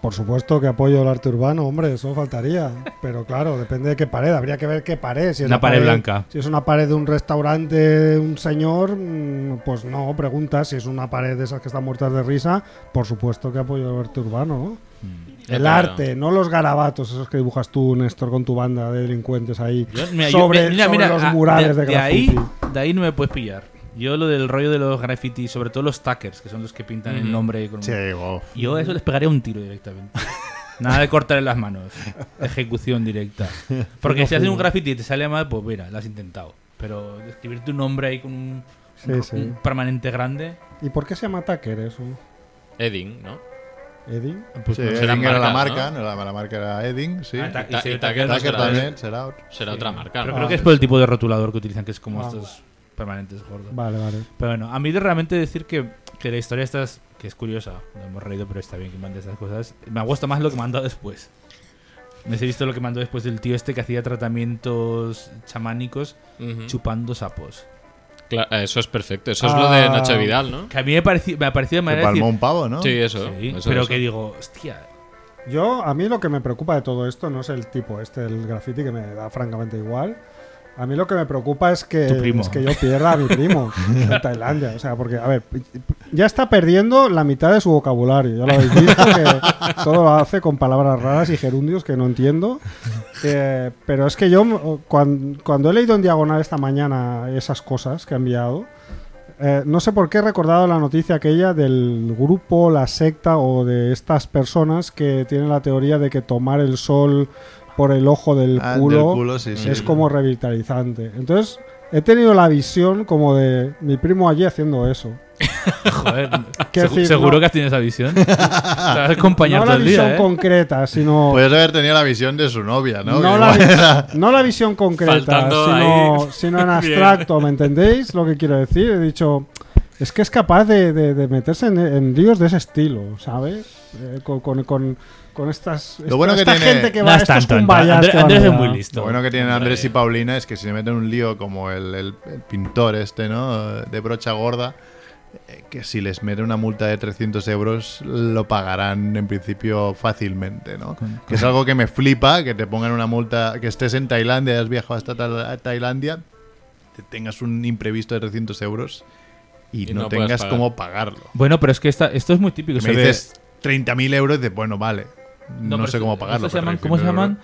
Por supuesto que apoyo el arte urbano, hombre, eso faltaría. Pero claro, depende de qué pared. Habría que ver qué pared. Si es Una la pared blanca. Si es una pared de un restaurante de un señor, mm, pues no, pregunta. Si es una pared de esas que están muertas de risa, por supuesto que apoyo el arte urbano, ¿no? Mm. El Claro. arte, no los garabatos, esos que dibujas tú, Néstor, con tu banda de delincuentes ahí. Yo- mira, yo- sobre mira, sobre mira, los ah, murales de, de ahí, graffiti. de ahí no me puedes pillar. Yo lo del rollo de los graffiti, sobre todo los tackers, que son los que pintan el Ujú. nombre con un- Sí, wow. Yo a eso les pegaría un tiro directamente. Nada de cortar en las manos. Ejecución directa. Porque si haces un graffiti y te sale mal, pues mira, lo has intentado. Pero escribir tu nombre ahí con un, Sí, un- sí. un permanente grande, ¿Y por qué se llama Tucker eso, Edding, ¿no? Eddie? pues Sí, no sé. Edding era la marcas, marca, ¿no? La, la marca era Edding, sí. Ah, ta- Y ta- sí, y Tucker Tucker Tucker será- también, será otro. Será otra marca. Pero ¿no? creo que es por el tipo de rotulador que utilizan, que es como Ah. estos permanentes gordos. Vale, vale. Pero bueno, a mí de realmente decir que, que la historia esta es, que es curiosa. Nos hemos reído, pero está bien que mande esas cosas. Me ha gustado más lo que mandó después. Me he visto lo que mandó después del tío este que hacía tratamientos chamánicos Ujú. chupando sapos. Cla- Eso es perfecto. Eso es lo de Ah. Nacho Vidal, ¿no? Que a mí me, pareci- me ha parecido de Que manera de palmó decir, un pavo, ¿no? Sí, eso. sí, eso, pero eso. que digo, hostia, Yo, a mí lo que me preocupa de todo esto no es el tipo este, el graffiti, que me da francamente igual. A mí lo que me preocupa es que, Tu primo. es que yo pierda a mi primo en Tailandia. O sea, porque, a ver, ya está perdiendo la mitad de su vocabulario. Ya lo habéis visto, que todo lo hace con palabras raras y gerundios que no entiendo. Eh, pero es que yo, cuan- cuando, he leído en diagonal esta mañana esas cosas que ha enviado, eh, no sé por qué he recordado la noticia aquella del grupo, la secta o de estas personas que tienen la teoría de que tomar el sol por el ojo del Ah, culo, del culo, sí, sí. es como revitalizante. Entonces, he tenido la visión como de mi primo allí haciendo eso. joder. Qué segu- decir, seguro no- que has tenido esa visión. Te vas a acompañar No todo la el visión día, ¿eh? concreta, sino... Podrías haber tenido la visión de su novia, ¿no? No, Que la, igual era- vi- no la visión concreta, Faltando sino, ahí. sino en Bien. abstracto, ¿me entendéis lo que quiero decir? He dicho, es que es capaz de, de- de meterse en, en líos de ese estilo, ¿sabes? Eh, con, con, con- con estas... esta- Lo bueno que esta tiene- gente que No va a es estos tanto, cumbayas Andrés, que van Andrés es allá. muy listo. Lo bueno que tienen Hombre. Andrés y Paulina es que si se meten en un lío como el, el- el pintor este, ¿no? De brocha gorda, eh, que si les meten una multa de 300 euros lo pagarán en principio fácilmente, ¿no? Que es algo que me flipa, que te pongan una multa, que estés en Tailandia, has viajado hasta Ta- Tailandia, te tengas un imprevisto de 300 euros y, Y no, no puedas tengas pagar. cómo pagarlo. Bueno, pero es que esta, esto es muy típico. Que se me ve- dices 30.000 euros, de bueno, vale. No, pero sé cómo esto- pagarlo. esto se pero llaman- ¿Cómo se 300 euros.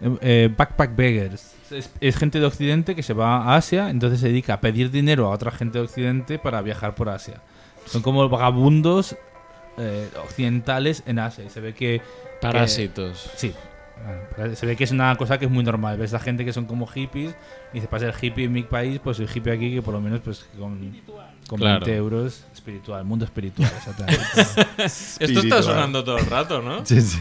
llaman? Eh, eh, backpack beggars. Es, es gente de Occidente que se va a Asia, entonces se dedica a pedir dinero a otra gente de Occidente para viajar por Asia. Son como vagabundos eh, occidentales en Asia. Y se ve que. Parásitos. Sí. Ah, pero Se ve que es una cosa que es muy normal. Ves a gente que son como hippies y se pasa el hippie en mi país, pues soy hippie aquí que por lo menos pues con, con Claro. 20 euros espiritual, mundo espiritual. exactamente. Esto está espiritual. sonando todo el rato, ¿no? Sí, sí.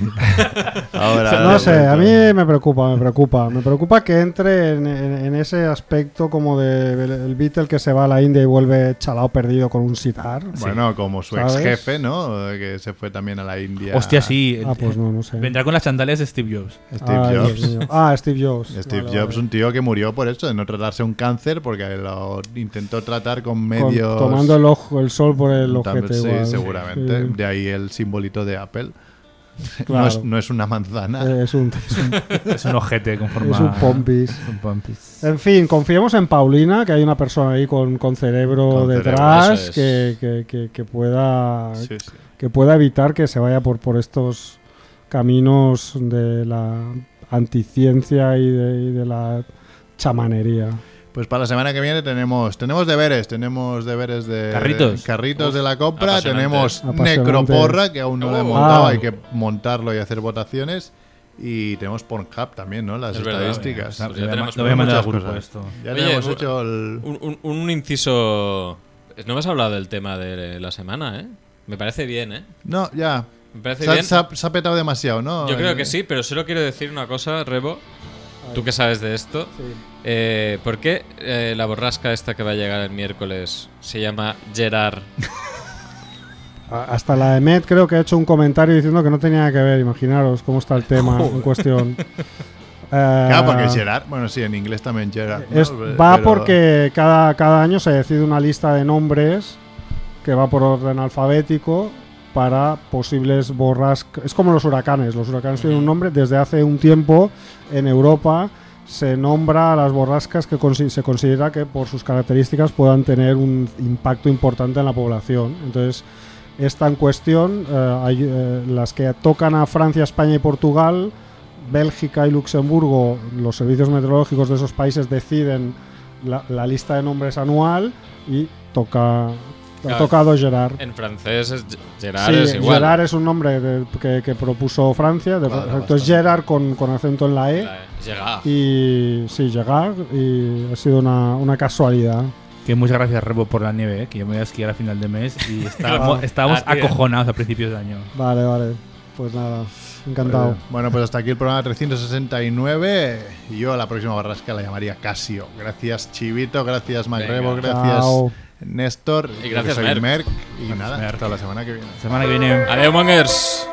Ahora, No sé, a mí eh, me preocupa, me preocupa. Me preocupa que entre en, en- en ese aspecto como de el, el Beatle que se va a la India y vuelve chalao perdido con un sitar. Bueno, como su ¿Sabes? ex jefe, ¿no? Eh, Que se fue también a la India. Hostia, sí. Ah, pues no, no sé. Vendrá con las sandalias de Steve Jobs. Steve Ay, Dios Jobs. mío. Ah, Steve Jobs. Steve Vale, Jobs, vale. un tío que murió por esto, de no tratarse un cáncer, porque lo intentó tratar con Con- medios. tomando el ojo, el sol por el También, ojete sí, igual. seguramente. Sí, De ahí el simbolito de Apple. claro. No, es, no es una manzana. Eh, es un, es un- Es un ojete con forma. es un pompis. Es un pompis. En fin, confiemos en Paulina, que hay una persona ahí con, con cerebro Con cerebro, detrás eso es. que, que- que- que pueda Sí, sí. que pueda evitar que se vaya por, por estos caminos de la anticiencia y de, y de la chamanería. Pues para la semana que viene tenemos tenemos deberes, tenemos deberes de Carritos. de, carritos de la compra, apasionante. tenemos Apasionante. necroporra que aún no lo he Oh. montado, Ah. hay que montarlo y hacer votaciones y tenemos Pornhub también, ¿no? Las Es verdad, estadísticas. ya. Lo Pues voy a- tenemos lo voy a mandar al muchas grupo cosas. esto. Ya Oye, tenemos bu- hecho el Un, un- un inciso. No me has hablado del tema de la semana, ¿eh? Me parece bien, ¿eh? No, ya. Me parece Se ha, bien. se ha- se ha petado demasiado, ¿no? Yo creo El- que sí, pero solo quiero decir una cosa, Rebo. Tú que sabes de esto. Sí. Eh, ¿Por qué eh, la borrasca esta que va a llegar el miércoles se llama Gerard? A- Hasta la EMET creo que ha hecho un comentario diciendo que no tenía que ver, imaginaros cómo está el tema en cuestión. Claro, porque Eh, Gerard, bueno, sí, en inglés también Gerard. ¿no? es- Pero- va porque cada, cada año se decide una lista de nombres que va por orden alfabético para posibles borrascas. Es como los huracanes. Los huracanes tienen un nombre. Desde hace un tiempo en Europa se nombra a las borrascas que consi- se considera que por sus características puedan tener un impacto importante en la población. Entonces, esta en cuestión, eh, hay, eh, las que tocan a Francia, España y Portugal, Bélgica y Luxemburgo, los servicios meteorológicos de esos países deciden la, la lista de nombres anual y toca, ha Claro. tocado Gerard. En francés es G- Gerard Sí, es igual. Gerard es un nombre de- que, que propuso Francia. de- Cuadra entonces bastante. Gerard con, con acento en la E. La- Gerard. Y sí, llegar y ha sido una, una casualidad. Que muchas gracias, Rebo, por la nieve, ¿eh? que yo me voy a esquiar a final de mes y estábamos, Claro. estábamos Ah, tío. acojonados a principios de año. Vale, vale. Pues nada, encantado. Bueno, pues hasta aquí el programa 369. Y yo a la próxima barrasca la llamaría Casio. Gracias, Chivito. Gracias, Magrebo. Venga. Gracias, Chao. Néstor. Y gracias, Yo que soy Merck. Y nada, Merck. hasta la semana que viene. Semana que viene. Adeu, mongers.